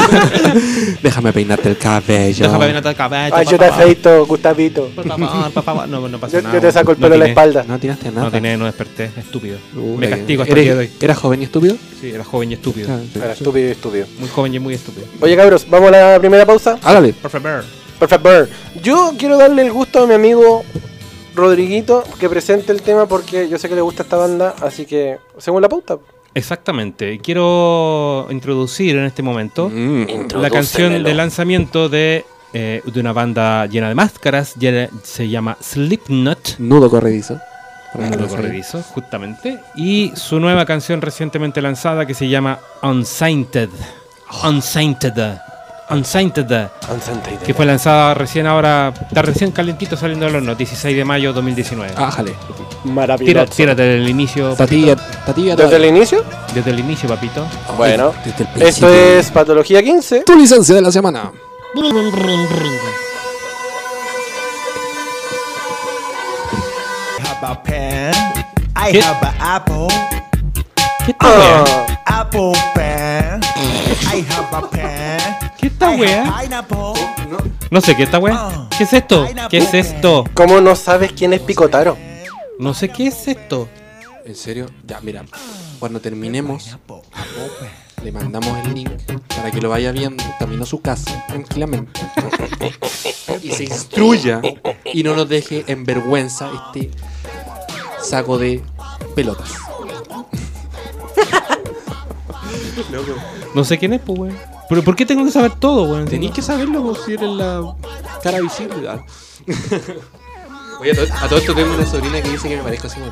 S5: (laughs) Déjame peinarte el cabello.
S4: déjame ver el cabello.
S3: Ay,
S4: por
S3: Ah, yo te
S4: favor,
S3: afeito, Gustavito.
S4: Por favor, por favor, no, no pasó
S3: Yo,
S4: nada.
S3: yo te
S4: güey.
S3: saco el
S4: No
S3: pelo de la
S4: tiene-
S3: espalda.
S5: No tiraste nada.
S4: No tenía, no desperté, estúpido.
S5: Puta
S4: Me
S5: que-
S4: castigo hasta el día de hoy.
S5: ¿Eres, ¿Eras joven y estúpido?
S4: Sí, era joven y estúpido.
S5: Ah, sí.
S3: Era estúpido y estúpido.
S4: Muy joven y muy estúpido.
S3: Oye, cabros, ¿vamos a la primera pausa?
S5: Hágale.
S4: Por favor.
S3: Por favor. Yo quiero darle el gusto a mi amigo Rodriguito que presente el tema porque yo sé que le gusta esta banda, así que según la pauta.
S4: Exactamente.
S5: Mm.
S4: Mm. Quiero introducir en este momento la canción de lanzamiento de eh, de una banda llena de máscaras, llena- se llama Slipknot.
S5: Nudo corredizo. Para que
S4: Lo
S5: lo sepa.
S4: corredizo, justamente. Y su nueva canción recientemente lanzada que se llama Unsainted. Unsainted. Unsainted. Que fue lanzada recién ahora, está recién calentito saliendo de los horno, 16 de mayo 2019.
S5: Ájale.
S4: Tira-
S1: Maravilloso.
S4: tírate desde el inicio,
S5: Tatilla, tatilla.
S3: ¿Desde el inicio?
S4: desde el inicio, papito.
S3: Bueno,
S5: Desde el
S3: esto
S5: principio.
S3: es Patología 15.
S5: Tu licencia de la semana.
S9: have a pen. I
S4: Hit.
S9: have an apple.
S4: ¿Qué está wea?
S3: Ah,
S9: Apple pen. I have a pen.
S4: ¿Qué está
S9: I have
S4: wea?
S9: Pineapple.
S4: No sé, ¿qué está wea? ¿Qué es esto? ¿Qué es esto?
S3: ¿Cómo no sabes quién es Picotaro?
S4: No sé qué es esto.
S5: ¿En serio? Ya, mira. Cuando terminemos, le mandamos el link para que lo vaya viendo camino a su casa, tranquilamente. Y se instruya y no nos deje en vergüenza este saco de pelotas.
S4: No sé quién es, pues, weón. ¿Pero por qué tengo que saber todo, weón?
S5: Tenéis que saberlo vos, si eres la cara visible. ah. Oye, a todo, a todo esto tengo una sobrina que dice que me parezco así como...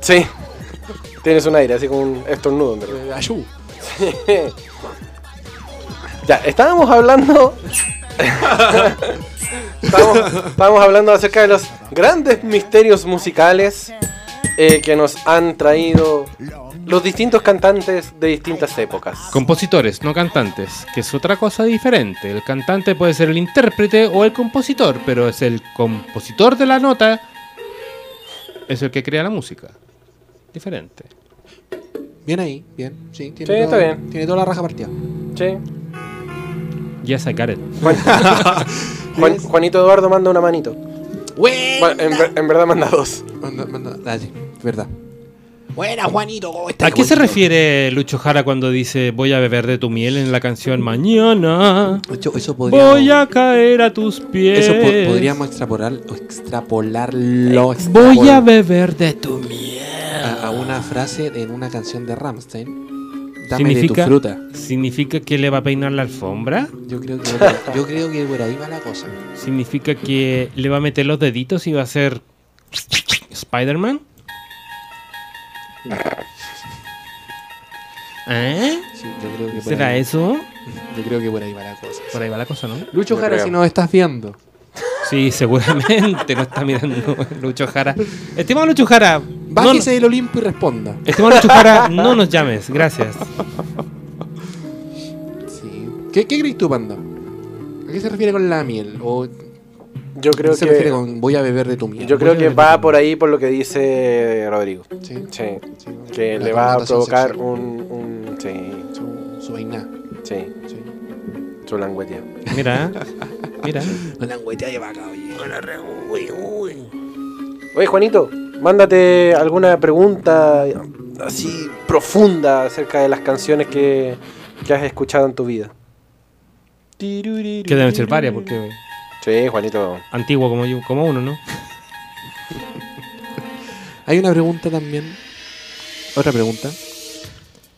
S3: Sí. Tienes un aire, así como un estornudo. en verdad.
S5: eh, Ayú.
S3: (laughs) ya, estábamos hablando. (laughs) estábamos, estábamos hablando acerca de los grandes misterios musicales eh, que nos han traído los distintos cantantes de distintas épocas.
S4: Compositores, no cantantes, que es otra cosa diferente. El cantante puede ser el intérprete o el compositor, pero es el compositor de la nota, es el que crea la música. Diferente.
S5: Bien ahí, bien. Sí, tiene,
S3: Sí, está
S5: toda-
S3: bien.
S5: tiene toda la raja partida.
S3: Sí.
S4: Yes, I got it.
S3: Juan- Juanito Eduardo manda una manito. Bueno, en, ver- en verdad manda dos.
S5: Manda, manda, dale, verdad.
S4: ¿A qué se refiere Lucho Jara cuando dice voy a beber de tu miel en la canción Mañana?
S5: Eso, eso podríamos,
S4: Voy a caer a tus pies.
S5: eso po- podríamos extrapolar, o extrapolarlo
S4: Voy a
S5: extrapolar
S4: beber de tu miel.
S5: a, a una frase en una canción de Rammstein. Dame de
S4: Significa-
S5: tu fruta.
S4: ¿Significa que le va a peinar la alfombra?
S5: Yo creo, que, yo creo que por ahí va la cosa.
S4: ¿Significa que le va a meter los deditos y va a ser
S5: (laughs)
S4: Spider-Man? ¿Eh?
S5: Sí, yo creo que por
S4: ¿Será
S5: ahí-
S4: eso?
S5: Yo creo que por ahí va la cosa.
S4: Por ahí va la cosa, ¿no?
S5: Lucho
S3: Yo
S5: Jara,
S3: creo.
S5: si nos estás viendo.
S4: Sí, (laughs) seguramente no está mirando Lucho Jara. Estimado Lucho Jara, no-
S5: Bájese del Olimpo y responda.
S4: estimado Lucho Jara, no nos llames, gracias.
S5: Sí. ¿Qué, ¿Qué crees tú, Panda? ¿A qué se refiere con la miel? ¿O
S3: Yo creo
S5: qué se refiere
S3: que.
S5: con voy a beber de tu miel?
S3: Yo creo que va por ahí por lo que dice Rodrigo.
S5: Sí.
S3: Sí.
S5: Sí,
S3: Que
S5: la
S3: le va a
S5: connotación
S3: provocar
S5: sexual.
S3: un, un. Sí,
S5: Su, su vaina.
S3: sí,
S5: Sí.
S3: su langueteo.
S4: Mira, mira.
S3: Oye, Juanito, mándate alguna pregunta así profunda acerca de las canciones que, que has escuchado en tu vida.
S4: Que deben ser varias, porque
S3: Sí, Juanito.
S4: antiguo como yo, como uno, ¿no?
S5: Hay una pregunta también. Otra pregunta.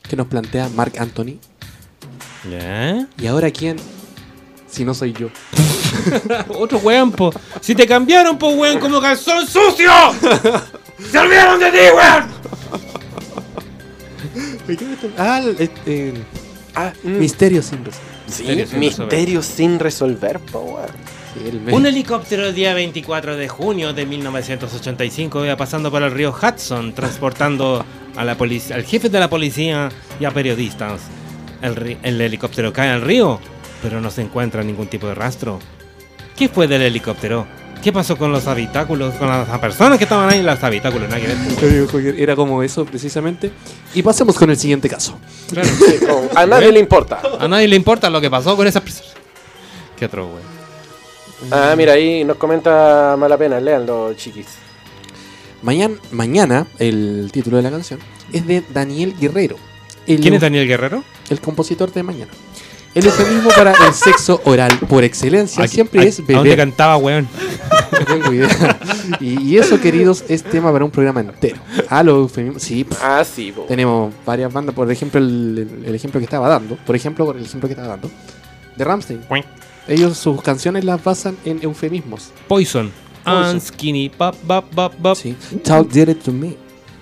S5: Que nos plantea Mark Anthony.
S4: ¿Ya?
S5: ¿Y ahora quién? Si no soy yo.
S4: Otro weón, po. Si te cambiaron, po, weón, como calzón sucio. ¡Se olvidaron de ti, weón!
S5: Ah, el- este. el-
S4: Mm.
S5: Misterio sin resolver.
S3: Ah, mm, Sí,
S4: Misterios sin
S3: misterios sin resolver, po, weón.
S5: Sí, el
S4: Un
S5: meme.
S4: helicóptero el día 24 de junio de 1985 iba eh, pasando por el río Hudson, transportando a la polic- al jefe de la policía y a periodistas. El, ri- el helicóptero cae al río, pero no se encuentra ningún tipo de rastro. ¿Qué fue del helicóptero? ¿Qué pasó con los habitáculos? Con las personas que estaban ahí en los habitáculos, nada que ver.
S5: Era como eso, precisamente. Y pasemos con el siguiente caso.
S4: Claro.
S3: No, (laughs) a nadie le importa.
S4: A nadie le importa lo que pasó con esas personas. Qué otro, güey.
S3: Ah, mira, ahí nos comenta mala pena, leanlo, chiquis.
S5: Mañana, mañana, el título de la canción es de Daniel Guerrero. El
S4: ¿Quién es Daniel Guerrero?
S5: El compositor de Mañana. El eufemismo para el sexo oral por excelencia
S4: Aquí-
S5: siempre
S4: a-
S5: es
S4: ¿A dónde
S5: beber.
S4: cantaba, weón?
S5: No tengo idea. Y, y eso, queridos, es tema para un programa entero. Ah, los eufemismos. Sí, pff,
S3: Ah, sí, po.
S5: tenemos varias bandas. Por ejemplo, el, el- el ejemplo que estaba dando. Por ejemplo, por el ejemplo que estaba dando. de Ramstein.
S4: Cuenc.
S5: Ellos sus canciones las basan en eufemismos.
S4: Poison.
S5: Poison.
S4: And skinny. Bop, bop, bop, bop.
S5: Sí. Talk did it to me.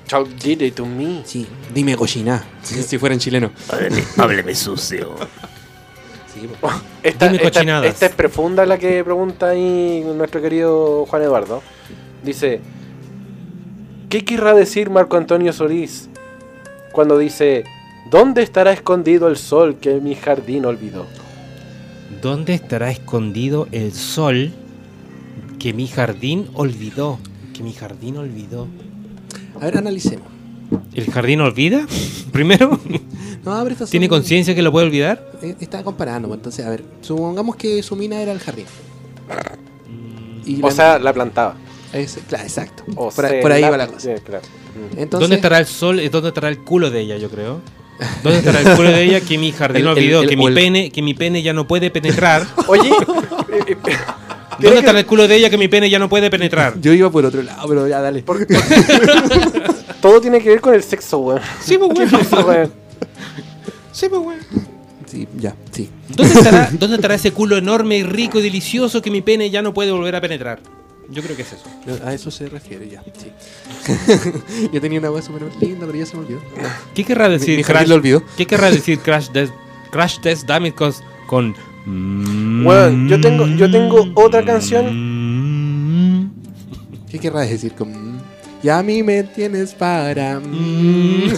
S3: Talk did it to me.
S5: Sí. Dime
S4: (laughs)
S5: Goyiná. si fueran chileno.
S6: Hábleme, hábleme sucio.
S3: Esta,
S4: Dime
S3: esta-
S4: cochinadas.
S3: esta es profunda la que pregunta ahí nuestro querido Juan Eduardo. Dice, ¿qué querrá decir Marco Antonio Solís cuando dice, ¿dónde estará escondido el sol que mi jardín olvidó?
S4: ¿Dónde estará este escondido el sol que mi jardín olvidó? Que mi jardín olvidó.
S5: A ver, analicemos.
S4: ¿El jardín olvida? (laughs) Primero,
S5: No, abre esta
S4: ¿tiene
S5: son-
S4: conciencia que lo puede olvidar?
S5: Eh, Estaba comparando, entonces, a ver, supongamos que su mina era el jardín. Y
S3: Mm. O
S5: la-
S3: sea, la plantaba.
S5: es- claro, exacto.
S3: O
S5: por,
S3: sea,
S5: por ahí va la cosa.
S3: sí, claro.
S5: Entonces,
S4: ¿Dónde estará el sol? Eh, ¿Dónde estará el culo de ella, yo creo? ¿Dónde estará el culo de ella que mi
S5: El-
S4: jardín
S5: el-
S4: olvidó?
S5: el-
S4: que,
S5: o
S4: mi
S5: el-
S4: pene, que mi pene ya no puede (laughs) penetrar.
S3: Oye, eh, eh,
S4: ¿Dónde estará el culo de ella que mi pene ya no puede (laughs) penetrar?
S5: Yo iba por otro lado, pero ya dale.
S3: todo tiene que ver con el sexo, weón. (laughs)
S4: Sí, pues,
S3: ¿Qué
S4: weón.
S3: pasa, weón?
S4: Sí, pues, weón.
S5: (laughs) Sí, ya, sí.
S4: ¿Dónde estará, ¿Dónde estará ese culo enorme y rico y delicioso que mi pene ya no puede volver a penetrar? Yo creo que es eso.
S5: A eso se refiere, ya. Sí. (laughs) Yo tenía una voz súper linda, pero ya se me
S3: (laughs)
S5: olvidó.
S4: ¿Qué querrá decir
S5: mi
S4: Crash?
S5: jardín lo olvidó.
S4: ¿Qué querrá decir Crash Test Crash Test Dummy Cos- con mm,
S3: Weón, yo tengo, yo tengo otra canción.
S4: Mm.
S5: ¿Qué querrás decir con.? mm? Y a mí me tienes para. mm?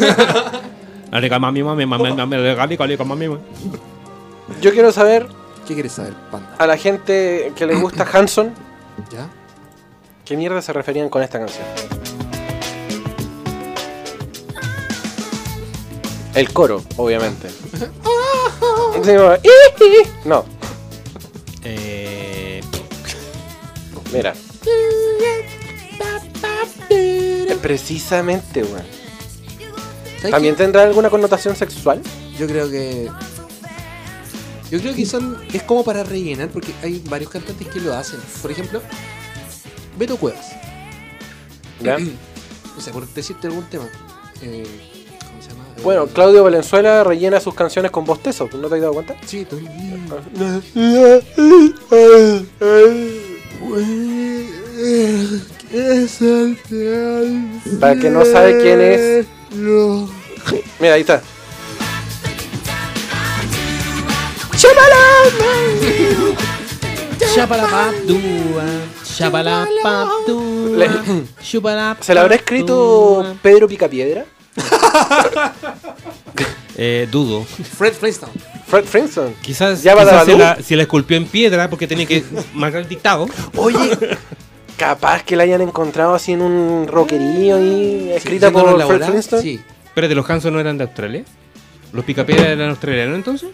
S4: Alega, mami, mami, mami,
S3: Oh.
S4: mami, alega, alega, alega, mami, mami.
S3: Yo quiero saber
S5: ¿Qué quieres saber, panda?
S3: a la gente que le gusta Hanson,
S5: ¿Ya?
S3: ¿qué mierda se referían con esta canción? El coro, obviamente. Sí, bueno, "Ih, ih". No,
S4: Eh,
S3: mira. Eh, Precisamente, weón.
S5: ¿Sabes
S3: ¿También tendrá alguna connotación sexual?
S5: qué? Yo creo que. Yo creo que son. Es como para rellenar, porque hay varios cantantes que lo hacen. Por ejemplo, Beto Cuevas.
S3: ¿Ya?
S5: O sea, por decirte algún tema. Eh, ¿Cómo se llama? Eh,
S3: Bueno, Claudio Valenzuela rellena sus canciones con bostezo, ¿no te has dado cuenta?
S5: Sí, estoy-
S3: Para el que no sabe quién es.
S5: No.
S3: Mira, ahí está.
S4: Shabalabadua, shabalabadua,
S3: Le-
S4: Ah. shabalabadua.
S3: ¿Se la habrá
S4: Ah.
S3: escrito Pedro Picapiedra?
S4: Eh, dudo.
S5: Fred (laughs) Flintstone.
S3: Fred Frinson.
S4: Quizás,
S3: ¿Ya va
S4: quizás
S3: la
S4: se,
S3: luz?
S4: la, se la esculpió en piedra porque tenía que (laughs) marcar el dictado.
S3: Oye, capaz que la hayan encontrado así en un rockerío ahí, escrita
S5: Siendo
S3: por
S5: lo
S3: Fred
S5: laboral,
S3: Flintstone.
S5: Sí.
S4: Espérate, los Hanson no eran de Australia. Los Picapiedra eran australianos entonces.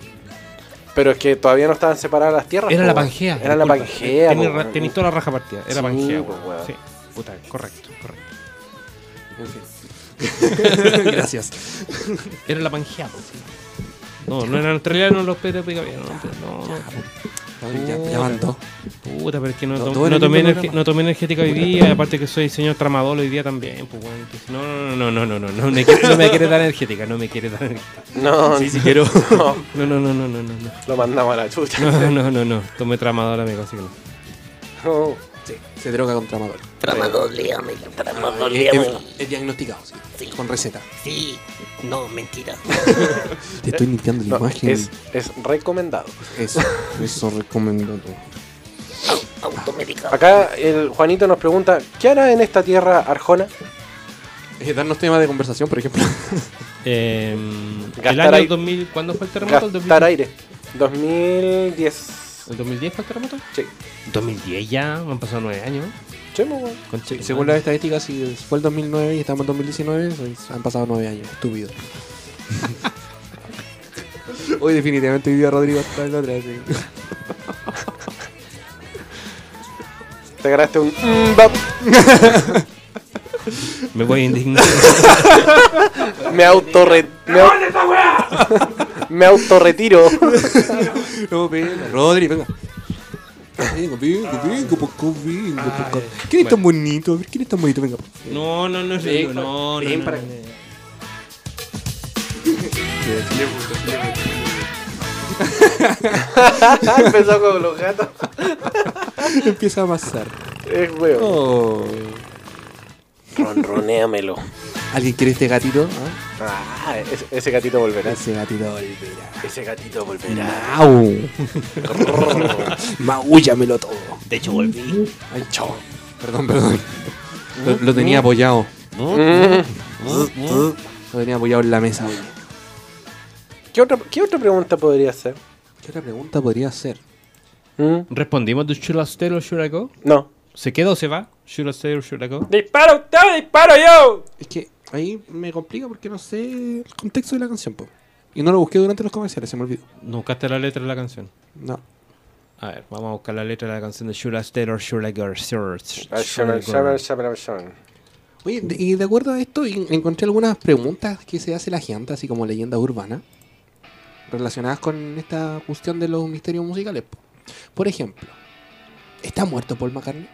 S3: Pero es que todavía no estaban separadas las tierras.
S4: Era
S3: po,
S4: la
S3: weón.
S4: Pangea.
S3: Era la
S4: disculpa.
S3: Pangea.
S4: Tenéis
S3: po,
S4: ra-
S3: weón.
S4: tenéis toda la raja partida. Era
S3: Sí,
S4: Pangea.
S3: pues,
S4: weón.
S3: weón.
S4: Sí. Puta, correcto, correcto.
S5: Gracias.
S4: Era la Pangea. pues. No, no eran australianos los Pedro Picapiedra. No, pues, no, no.
S5: Ya, ya van dos.
S4: Puta, pero es que no,
S5: No,
S4: tom-
S5: todo era
S4: no
S5: el
S4: tomé,
S5: mismo
S4: energe-
S5: programa.
S4: no tomé energética hoy día. Aparte que soy señor tramador hoy día también. Pues, weón. Entonces, no, no, no, no, no, no, no, me quiere- no me quiere dar energética. No me quiere dar energética.
S3: No,
S4: quiero.
S3: no,
S4: No, no, no, no, no, no. no.
S3: lo mandamos a la chucha.
S4: No, no, no, no. Tomé tramador, amigo, así que no.
S3: No.
S5: Sí. Se droga con tramador.
S6: Tramador, líame, tramador,
S5: Es,
S6: líame.
S5: es diagnosticado, sí. Con receta.
S6: Sí. No, mentira.
S5: Te estoy limpiando la
S3: No,
S5: imagen.
S3: es, es recomendado.
S5: Eso, eso recomiendo.
S6: (laughs) Automedicado.
S3: Acá el Juanito nos pregunta, ¿qué hará en esta tierra Arjona?
S5: Eh, darnos temas de conversación, por ejemplo.
S4: Eh, el
S3: Gastar
S4: año
S3: ahí-
S4: 2000, ¿cuándo fue el terremoto? ¿El 2000?
S3: Gastar aire. 2010.
S4: ¿El 2010 fue el terremoto?
S3: Sí.
S4: 2010 ya, han pasado nueve años.
S3: Sí, pues, weón.
S4: Conche tu
S5: Según las
S4: madre.
S5: estadísticas, si fue el 2009 y estamos en 2019, pues, han pasado nueve años. Estúpido. (laughs) Hoy definitivamente vivió Rodrigo hasta el otro. así. (laughs)
S3: Te agarraste un... mm, bap.
S4: Me voy
S5: (laughs)
S4: a indignar.
S3: Me autorre... Me, au- (laughs) me (laughs) autorretiro.
S5: No, venga, Rodri, venga. Venga, venga, venga, poco, venga, poco. ¿Quién es tan bonito? A ver, ¿quién es tan bonito? Venga. (laughs)
S4: no, no, no,
S5: Ven,
S4: no, no,
S5: ven
S4: no,
S5: para
S4: no,
S5: acá.
S4: no.
S3: Empezó con los gatos.
S5: Empieza a amasar.
S3: Es huevo.
S5: Oh.
S3: Ronroneamelo.
S5: ¿Alguien quiere este gatito? ¿Ah?
S3: Ah, ese, ese gatito volverá.
S5: Ese gatito volverá.
S3: Ese gatito volverá.
S1: (laughs)
S5: ¡Au! Magúllamelo todo.
S1: De hecho, volví.
S5: Ay, chao. Perdón, perdón. Lo, lo
S1: ¿Eh?
S5: tenía apoyado. Lo tenía apoyado en la mesa.
S3: ¿Qué otra, ¿Qué otra pregunta podría ser?
S5: ¿Qué otra pregunta podría ser?
S3: ¿Mm?
S4: Respondimos, ¿do should I stay or should I go?
S3: No.
S4: ¿Se queda o se va? ¿Should I stay or should I go?
S3: ¡Disparo usted, disparo yo!
S5: Es que ahí me complica porque no sé el contexto de la canción, po. Y no lo busqué durante los comerciales, se me olvidó.
S4: ¿No buscaste la letra de la canción?
S5: No.
S4: A ver, vamos a buscar la letra de la canción de Should I stay or should I go? Should I- should I go?
S3: Yo
S5: Oye, de- y de acuerdo a esto, en- encontré algunas preguntas que se hace la gente, así como leyenda urbana, relacionadas con esta cuestión de los misterios musicales. po. Por ejemplo, ¿está muerto Paul McCartney?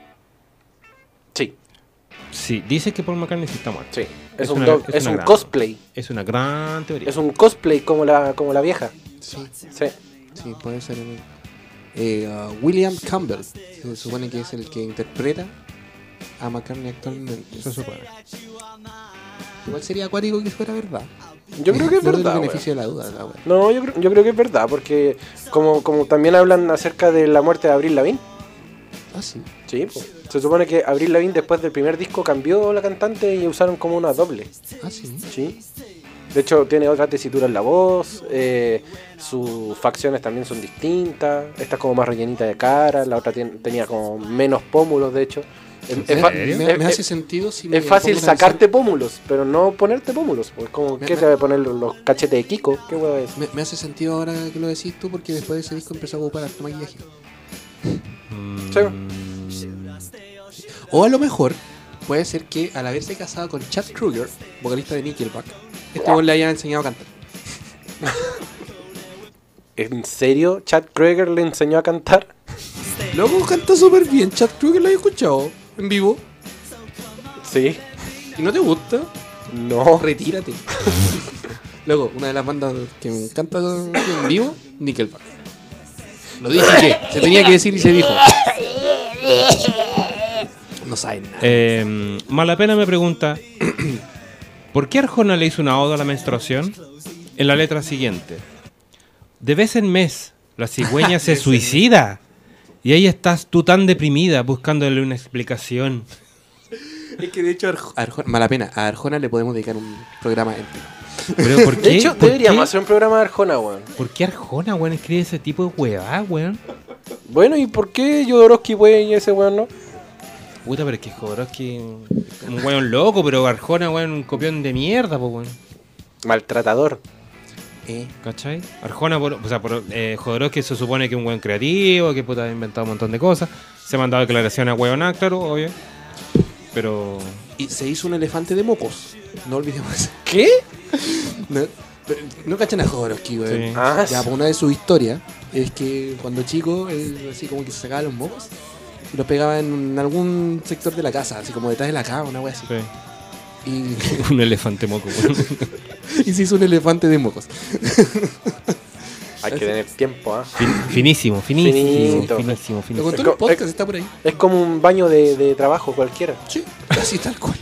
S4: Sí, dice que Paul McCartney sí está muerto.
S3: Sí, es,
S4: Es
S3: un,
S4: una-
S3: dog-
S4: es
S3: es
S4: una
S3: un
S4: gran-
S3: cosplay.
S4: Es una gran teoría.
S3: Es un cosplay como la, como la vieja.
S5: Sí,
S3: Sí.
S5: sí, puede ser. un- Eh, ah, William Campbell, se supone que es el que interpreta a McCartney actualmente.
S4: Se supone.
S5: Igual sería acuático que fuera verdad.
S3: Yo creo que es
S5: Le doy el
S3: verdad.
S5: beneficio de la duda, la wea.
S3: weón. No, yo creo, yo creo que es verdad, porque como, como también hablan acerca de la muerte de Abril Lavigne.
S5: Ah, sí.
S3: Sí, po. se supone que Abril Lavigne después del primer disco cambió la cantante y usaron como una doble.
S5: Ah, sí.
S3: Sí. De hecho, tiene otra tesitura en la voz, eh, sus facciones también son distintas. Esta es como más rellenita de cara, la otra tien- tenía como menos pómulos, de hecho. Es, es fa-
S5: me,
S4: serio?
S5: me
S3: es-
S5: hace
S3: es-
S5: sentido si me
S3: Eh, es fácil
S5: pongo a
S3: sacarte pómulos, pero no ponerte pómulos. Pues como,
S5: Me-
S3: ¿qué
S5: me-
S3: te va a poner los cachetes de Kiko? ¿Qué huevo es?
S5: analizar- Me, me hace sentido ahora que lo decís tú porque después de ese disco empezó a ocupar harto maquillaje. Mm. O a lo mejor puede ser que al haberse casado con Chad Kruger, vocalista de Nickelback, este hombre le haya enseñado a cantar.
S3: ¿En serio? ¿Chad Kroeger le enseñó a cantar?
S5: Luego canta súper bien, Chad Kruger lo he escuchado en vivo.
S3: Sí.
S5: ¿Y no te gusta?
S3: No.
S5: Retírate. (laughs) Luego, una de las bandas que me encanta en vivo, Nickelback. Lo dije que se tenía que decir y se dijo. No saben nada.
S4: Eh, Malapena me pregunta: (clears throat) ¿Por qué Arjona le hizo una oda a la menstruación? En la letra siguiente: De vez en mes, la cigüeña se suicida. Y ahí estás tú tan deprimida buscándole una explicación.
S5: Es que de hecho, Arjo- Arjona, mala pena, a Arjona le podemos dedicar un programa entero.
S4: Pero ¿por qué?
S3: De hecho,
S4: ¿Por
S3: deberíamos
S4: qué?
S3: hacer un programa de Arjona, weón.
S4: ¿Por qué Arjona, weón, escribe ese tipo de huevá, weón?
S3: Bueno, ¿y por qué Jodorowsky, weón, y ese weón no?
S4: Puta, pero es que Jodorowsky es como un weón loco, pero Arjona, weón, un copión de mierda, po, weón.
S3: Maltratador.
S5: Eh,
S4: ¿Cachai? Arjona, por- o sea, por, eh, Jodorowsky se supone que es un buen creativo, que puta ha inventado un montón de cosas. Se ha mandado declaraciones a huevoná, claro, obvio. Pero.
S5: y se hizo un elefante de mocos. No olvidemos eso.
S3: ¿Qué?
S5: No, pero no cachan a Jodorowsky, güey.
S4: Sí.
S3: Ah,
S5: Ya, pues, una de sus historias es que cuando chico, él así como que se sacaba los mocos y los pegaba en algún sector de la casa, así como detrás de la cama, una wea así.
S4: sí. (laughs)
S5: Y, (laughs)
S4: Un elefante moco, weón.
S5: y se hizo un elefante de mocos.
S3: hay que tener tiempo, ¿ah?
S4: Fin- (laughs) finísimo, finísimo,
S3: Finito.
S4: finísimo,
S5: Lo
S4: finísimo.
S5: contó en
S3: co- eh,
S5: el podcast,
S3: es-
S5: está por ahí.
S3: Es como un baño de, de trabajo cualquiera.
S5: Sí, así tal cual.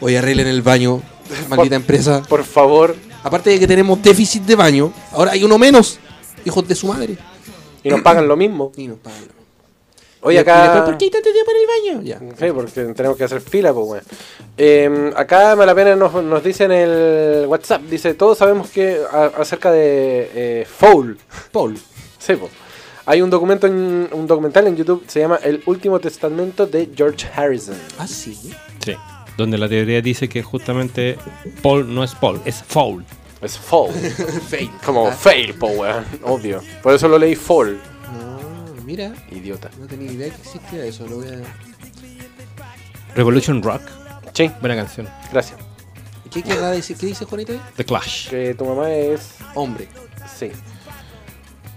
S5: Hoy arreglen el baño, maldita empresa.
S3: Por favor,
S5: Aparte de que tenemos déficit de baño, ahora hay uno menos. Hijos de su madre.
S3: y nos pagan lo mismo.
S5: Y nos pagan.
S3: Oye,
S5: Y- y después,
S3: acá.
S5: ¿Por qué hay tanto tiempo en el baño? Ya.
S3: Sí, porque tenemos que hacer fila, pues, weón. Eh, acá Malapena nos, nos dice en el WhatsApp, dice, todos sabemos que a- acerca de eh, Foul.
S5: Paul.
S3: Sí, po. Hay un documento en, un documental en YouTube, se llama El último testamento de George Harrison.
S5: Ah, sí.
S4: Sí. Donde la teoría dice que justamente Paul no es Paul, es Foul.
S3: Es Foul.
S5: (laughs) Fail. Ah.
S3: Como fail, po, weón. Obvio. Por eso lo leí Foul.
S5: No, Ah, mira.
S3: Idiota.
S5: No tenía idea que existía eso. Lo voy a...
S4: Revolution Rock.
S3: Sí,
S4: Buena canción.
S3: gracias.
S5: ¿Qué querrá decir? ¿Qué dice Juanita? ahí?
S4: The Clash.
S3: Que tu mamá es...
S5: Hombre.
S3: Sí.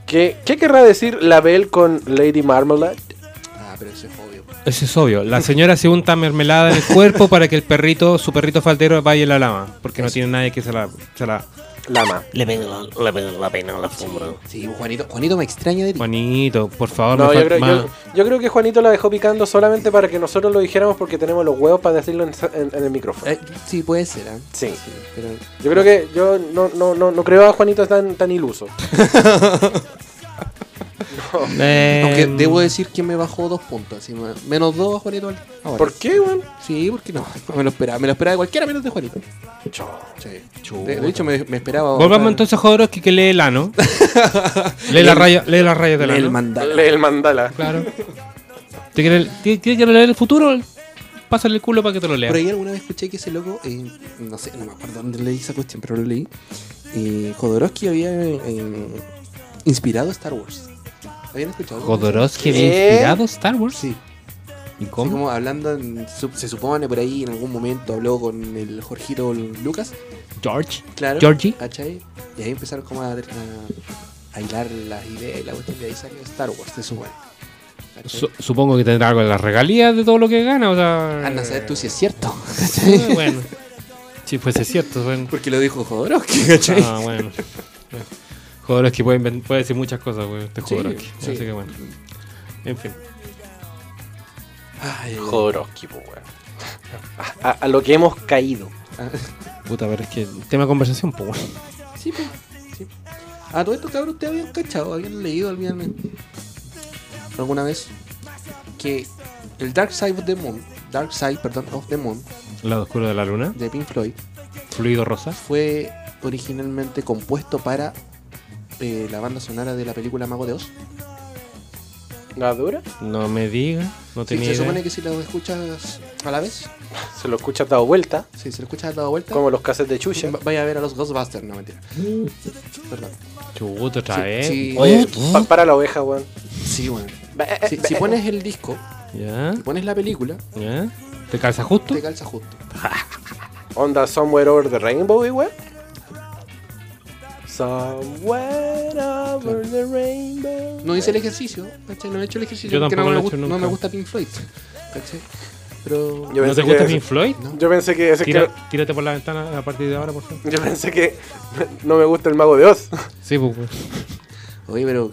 S3: ¿Qué, qué querrá decir la Belle con Lady Marmalade?
S5: Ah, pero eso es obvio.
S4: Eso es obvio. La señora se unta mermelada en el cuerpo para que el perrito, su perrito faldero, vaya en la lama. Porque no tiene nadie que se la, se la
S3: Lama.
S1: Le pega la, le pega la pena a la sombra.
S5: Sí, Juanito, Juanito me extraña de ti.
S4: Juanito, por favor,
S3: No,
S4: Oh, me
S3: yo
S4: falta
S3: creo,
S4: más.
S3: yo, yo creo que Juanito la dejó picando solamente para que nosotros lo dijéramos porque tenemos los huevos para decirlo en, en- en el micrófono.
S5: Eh, sí, puede ser. ¿ah?
S3: Sí.
S5: pero
S3: Yo creo que yo no, no, no, no creo a Juanito tan, tan iluso.
S4: Eh,
S5: Aunque debo decir que me bajó dos puntos. así, me- menos dos, Juanito. al-
S4: Ah,
S5: ahora.
S3: ¿Por qué, weón?
S5: Sí, porque no. (laughs) no me lo esperaba. Me lo esperaba de cualquiera menos de Juanito. Sí. De, de hecho, me, me esperaba.
S4: Volvamos entonces a Jodorowsky que lee
S3: (laughs)
S4: el ano. lee, la raya, lee las rayas del
S5: Lee el
S4: ano.
S5: mandala.
S3: Lee el mandala.
S4: Claro. ¿Te quiere, te- te quiere leer el futuro? Pásale el culo para que te lo lea.
S5: Por ahí alguna vez escuché que ese loco, eh, no sé, no me acuerdo dónde leí esa cuestión, pero lo leí. Eh, Jodorowsky había eh, inspirado Star Wars. ¿Habían escuchado?
S4: Jodorowsky había
S3: ¿Qué?
S4: inspirado Star Wars.
S5: Eh, Sí.
S4: ¿Y
S5: Así
S4: cómo?
S5: como hablando, en- su- se supone por ahí en algún momento habló con el Jorgito Lucas.
S4: George.
S5: Claro.
S4: Georgie.
S5: ¿cachai? Y ahí empezaron como a, a- a hilar las ideas y la cuestión. Y ahí salió Star Wars, se supone. ¿Cachai?
S4: Su- supongo que tendrá algo en las regalías de todo lo que gana. O sea,
S5: Anda a saber Ah, tú si es cierto. (laughs)
S4: Eh, bueno. Si fuese cierto. bueno.
S5: Porque lo dijo Jodorowsky, ¿cachai?
S4: Ah, bueno. Jodorowsky puede, invent- puede decir muchas cosas, güey. Este Jodorowsky.
S5: sí.
S4: Así que bueno. En fin. Ah.
S5: Ay, ay, ay.
S3: Jodorowsky, po, weón. Eh, A, a- a lo que hemos caído.
S4: Puta, pero es que tema de conversación, pues. güey.
S5: Sí, pues, sí. A todo esto, cabrón, ¿ustedes habían cachado? ¿Habían leído habían- alguna vez que el Dark Side of the Moon, Dark Side, perdón, of the Moon,
S4: Lado oscuro de la luna.
S5: de Pink Floyd,
S4: Fluido rosa.
S5: fue originalmente compuesto para eh, la banda sonora de la película Mago de Oz?
S3: ¿La dura?
S4: No me diga. No
S5: Sí,
S4: tenía
S5: se
S4: idea.
S5: supone que si lo escuchas a la vez,
S3: Se lo escuchas dado vuelta,
S5: si se lo escuchas dado vuelta,
S3: como los cassettes de Chucha.
S5: va- vaya a ver a los Ghostbusters, no mentira. Perdón.
S4: Chuta, otra
S5: Sí,
S4: vez.
S5: sí.
S3: Oye, pa- para la oveja, weón. eh,
S5: Sí, bueno.
S3: Ba-
S5: Si,
S3: ba-
S5: si pones el disco
S4: ¿Ya?
S5: y pones la película,
S4: ¿Ya? ¿Te calza justo?
S5: te calza justo.
S3: eh, Onda Somewhere Over the Rainbow, eh, weón. Somewhere over the rainbow.
S5: No hice el ejercicio, ¿cachai? No he hecho el ejercicio
S4: Yo
S5: porque no
S4: tampoco
S5: me,
S4: lo he
S5: gust-
S4: hecho
S5: no
S4: nunca.
S5: me gusta Pink Floyd, ¿cachai? Pero
S3: Yo
S4: ¿No
S3: pensé
S4: te gusta
S3: que-
S4: Pink Floyd?
S3: Yo pensé que ese
S4: Tira-
S3: que-
S4: tírate por la ventana a partir de ahora, por favor.
S3: yo pensé que (laughs) no me gusta el mago de Oz.
S4: Sí, pues. güey.
S5: Oye, pero.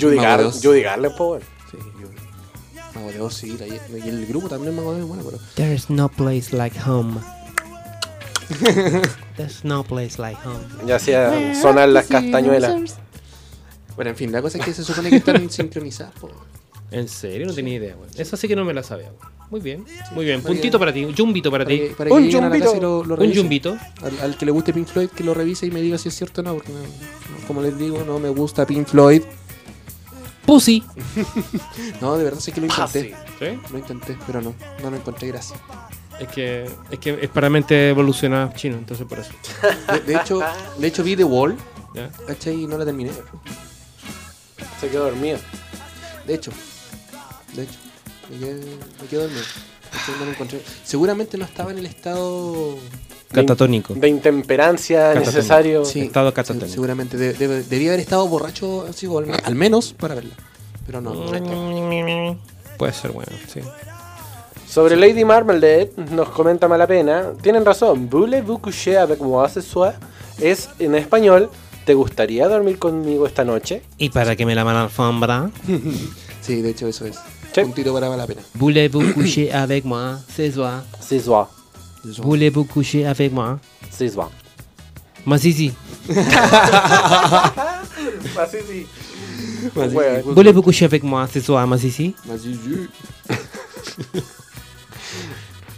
S3: Judy,
S5: Mago
S3: Gar
S5: de Oz.
S3: Judy Garland, po, weón.
S5: Sí, yo. Mago de Oz, sí, la- y el grupo también Mago de Oz, bueno, pero.
S10: There's no place like home. There's no place like home.
S3: Ya hacía sonar las castañuelas.
S5: Bueno, en fin, la cosa es que se supone que están sincronizadas. po.
S4: En serio, no tenía idea, güey. Esa sí que no me la sabía, güey. Muy bien, muy bien.
S5: Para
S4: Puntito
S5: que-
S4: para ti, un jumbito para
S5: Para
S4: ti.
S5: que, para que
S3: Un
S5: lleguen a la
S3: yumbito.
S5: casa y lo, lo
S4: Un
S5: revisen.
S4: jumbito.
S5: Al, al que le guste Pink Floyd, que lo revise y me diga si es cierto o no, porque no- no- como les digo, no me gusta Pink Floyd.
S4: Pussy.
S5: No, de verdad sé que lo intenté.
S4: Ah, ¿Sí?
S5: Lo intenté, pero no, no lo encontré, gracias.
S4: Es que es que es para mente evolucionada chino, entonces por eso.
S5: De, de hecho, de hecho vi The Wall,
S4: ¿Ya?
S5: ¿cachai? Y no la terminé.
S3: Se quedó dormido.
S5: De hecho, de hecho, me quedé, me quedé dormido. ¿cachai? No lo encontré. Seguramente no estaba en el estado.
S4: Catatónico.
S3: De intemperancia
S4: Catatónico.
S3: necesario.
S4: estado catatónico.
S5: se- seguramente. De- debe- debía haber estado borracho, así, o al, me- al menos para verla. Pero no, no estaba.
S4: Puede ser bueno, sí.
S3: Sobre Lady Marmalade, nos comenta Malapena. Tienen razón. Voulez-vous coucher avec moi ce soir? Es en español. ¿Te gustaría dormir conmigo esta noche?
S10: ¿Y para qué me lavan la alfombra?
S5: Sí, de hecho, eso es.
S3: Sí.
S5: Puntito para la pena.
S10: Voulez-vous coucher avec moi ce soir?
S3: C'est soir.
S10: Voulez-vous coucher avec moi?
S3: C'est soir.
S10: Masisi.
S5: Ah,
S3: Así sí.
S5: Más
S3: Bueno.
S5: difícil.
S10: ¿Voulez-vous coucher avec moi ce soir, Masisi?
S5: Más difícil.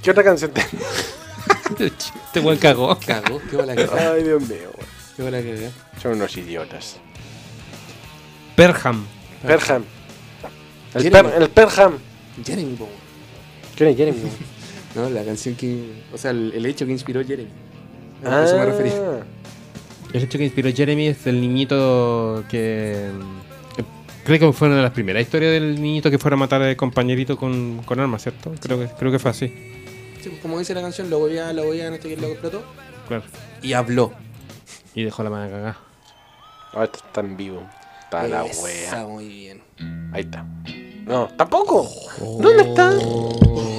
S3: ¿Qué otra canción
S5: (laughs)
S3: tenés?
S4: Este buen cagó.
S5: Cagó, qué
S3: (laughs)
S5: mala cagada.
S3: Ay, Dios mío. weón.
S5: Qué mala ¿eh? cagada.
S3: Son unos idiotas.
S4: Perham.
S3: Perham. El,
S5: Jeremy.
S3: per- el Perham.
S5: Jeremy Bowen.
S3: ¿Quién es Jeremy? (laughs)
S5: No, la canción que. O sea, el, el hecho que inspiró Jeremy. A
S3: Ah,
S5: eso me refería.
S4: El hecho que inspiró Jeremy es el niñito que. que Creo que fue una de las primeras historias del niñito que fuera a matar al compañerito con, con armas, ¿cierto? Creo que, creo que fue así.
S5: Sí, pues, como dice la canción, lo voy a, lo voy a, este que lo explotó.
S4: Claro.
S5: Y habló.
S4: Y dejó la mano cagada.
S3: Ah, esto está en vivo. Para la wea.
S5: Está muy bien.
S3: Ahí está. No, tampoco. ¿Dónde está?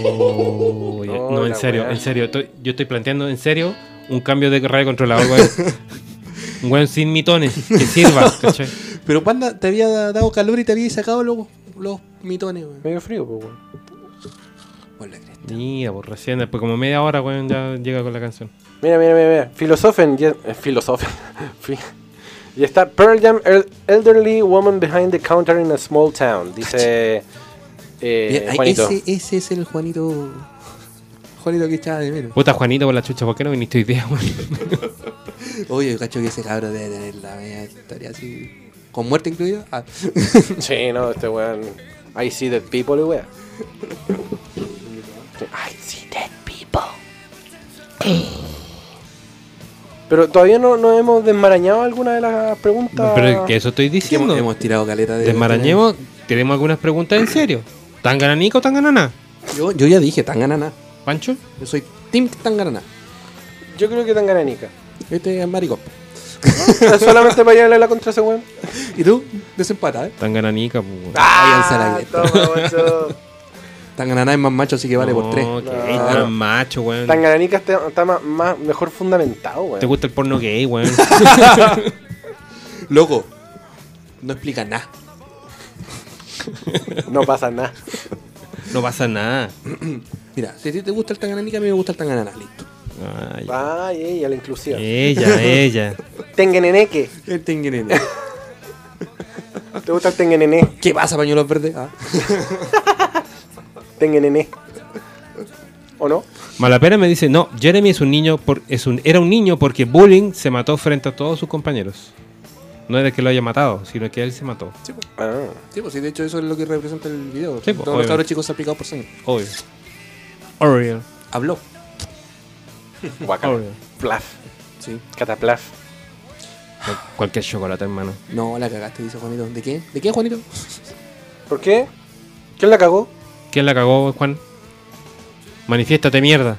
S4: Oh, ya. no, en
S3: la
S4: serio,
S5: (laughs)
S3: weá.
S4: en serio. estoy- yo estoy planteando en serio un cambio de radio controlador, weón. Un weón sin mitones, que sirva, ¿cachai?
S5: Pero Panda te había dado calor y te había sacado los, los mitones, weón.
S3: Medio frío, pues, weón.
S5: Por la cresta.
S4: Mira, pues recién, después como media hora, weón, ya llega con la canción.
S3: Mira, mira, mira, mira. Filosofen. ya- eh, filosofen. (laughs) Fi- y está Pearl Jam, el- Elderly Woman Behind the Counter in a Small Town. Dice eh,
S5: Bien,
S3: Juanito.
S5: Ese, ese es el Juanito. Juanito que echaba de menos.
S4: Puta Juanito por la chucha, ¿por qué no viniste hoy día,
S5: (laughs)
S4: weón?
S5: Oye, cacho que ese cabro debe tener la media historia así. ¿Con muerte incluida? Ah.
S3: (laughs) Sí, no, este weón. I see dead people, y weón. I see dead people. Pero todavía no, no hemos desmarañado alguna de las preguntas.
S4: Pero que eso estoy diciendo.
S5: hemos, hemos tirado caleta de.
S4: Desmarañemos, tenemos algunas preguntas en serio. ¿Tan gananico o tan ganana?
S5: Yo, yo ya dije, tan ganana.
S4: ¿Pancho?
S5: Yo soy Team tan ganana.
S3: Yo creo que tan gananica.
S5: Este es maricón.
S3: Solamente para llevarle la contra a
S5: (laughs)
S3: ese weón.
S5: ¿Y tú? Desempata, ¿eh?
S4: Tan gananica, pues, weón.
S5: Váyanse a Ah, la cresta.
S3: Ah, toma, guacho.
S5: Tan ganana es más macho, así que vale por
S4: No,
S5: tres.
S4: que es tan macho, weón.
S3: Tangananica está, está más, más- mejor fundamentado,
S4: ¿Te
S3: weón.
S4: gusta el porno gay, weón?
S5: Loco, no explica nada.
S3: No pasa nada.
S4: No pasa nada.
S5: Mira, si a ti te gusta el tangananica, a mí me gusta el tanganana, listo.
S4: Ay,
S3: Ay, ella, la inclusiva.
S5: (laughs)
S4: ella, ella.
S3: Tengeneneque.
S5: El
S3: (laughs)
S5: tanganana.
S3: ¿Te gusta el tengenené?
S5: ¿Qué pasa, pañuelos verdes? Ah.
S3: Tengenené. ¿O no?
S4: Malapena me dice, no, Jeremy es un niño por, es un, era un niño porque bullying se mató frente a todos sus compañeros. No era que lo haya matado, sino que él se mató.
S5: Sí, pues.
S3: Ah.
S5: Sí, pues sí, de hecho eso es lo que representa el video.
S4: Sí, pues,
S5: Todos los
S4: obvio.
S5: cabros chicos aplicados por sangre.
S4: Obvio. Oriel.
S5: Habló.
S3: Guacala.
S4: Oriel.
S3: Plaf.
S5: Sí.
S3: Cataplaf.
S4: Cualquier chocolate, hermano.
S5: No, la cagaste, dice Juanito. ¿De qué? ¿De qué, Juanito?
S3: ¿Por qué? ¿Quién la cagó?
S4: ¿Quién la cagó, Juan? Manifiéstate, mierda.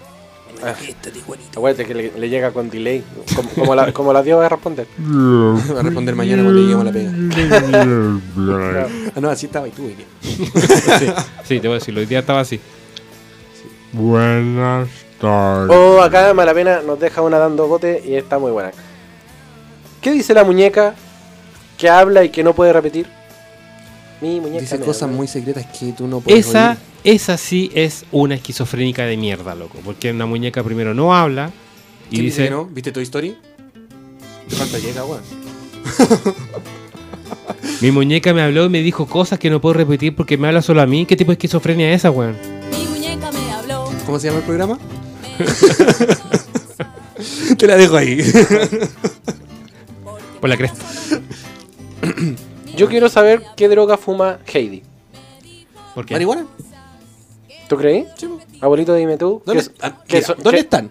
S3: Este
S5: Esto, de Juanito.
S3: Acuérdate que le, le llega con delay. Como, como la, como la dio va a responder.
S5: Va a responder mañana cuando lleguemos a la pega. Ah, no, así estaba y tú, ¿y qué?
S4: Sí, te voy a decir, hoy día estaba así.
S2: Buenas tardes.
S3: (laughs) Oh, acá Malapena nos deja una dando bote y está muy buena. ¿Qué dice la muñeca que habla y que no puede repetir? Mi muñeca.
S5: Dice
S3: me
S5: cosas
S3: habla.
S5: muy secretas que tú no puedes
S4: Esa,
S5: oír.
S4: esa sí es una esquizofrénica de mierda, loco. Porque una muñeca primero no habla y
S5: ¿Quién dice
S4: dice,
S5: que no? ¿Viste Toy Story? Te falta llega, weón.
S4: mi muñeca me habló y me dijo cosas que no puedo repetir porque me habla solo a mí. ¿Qué tipo de esquizofrenia es esa, weón?
S7: Mi muñeca me habló.
S5: ¿Cómo se llama el programa? (laughs) Te la dejo ahí.
S4: Por la cresta.
S3: Yo quiero saber qué droga fuma Heidi.
S4: ¿Por qué?
S5: ¿Marihuana?
S3: ¿Tú crees?
S5: Sí, po.
S3: Abuelito, dime tú.
S5: ¿Dónde,
S3: ¿qué-
S5: ah,
S3: qué
S5: mira,
S3: so-
S5: ¿dónde
S3: qué-
S5: están?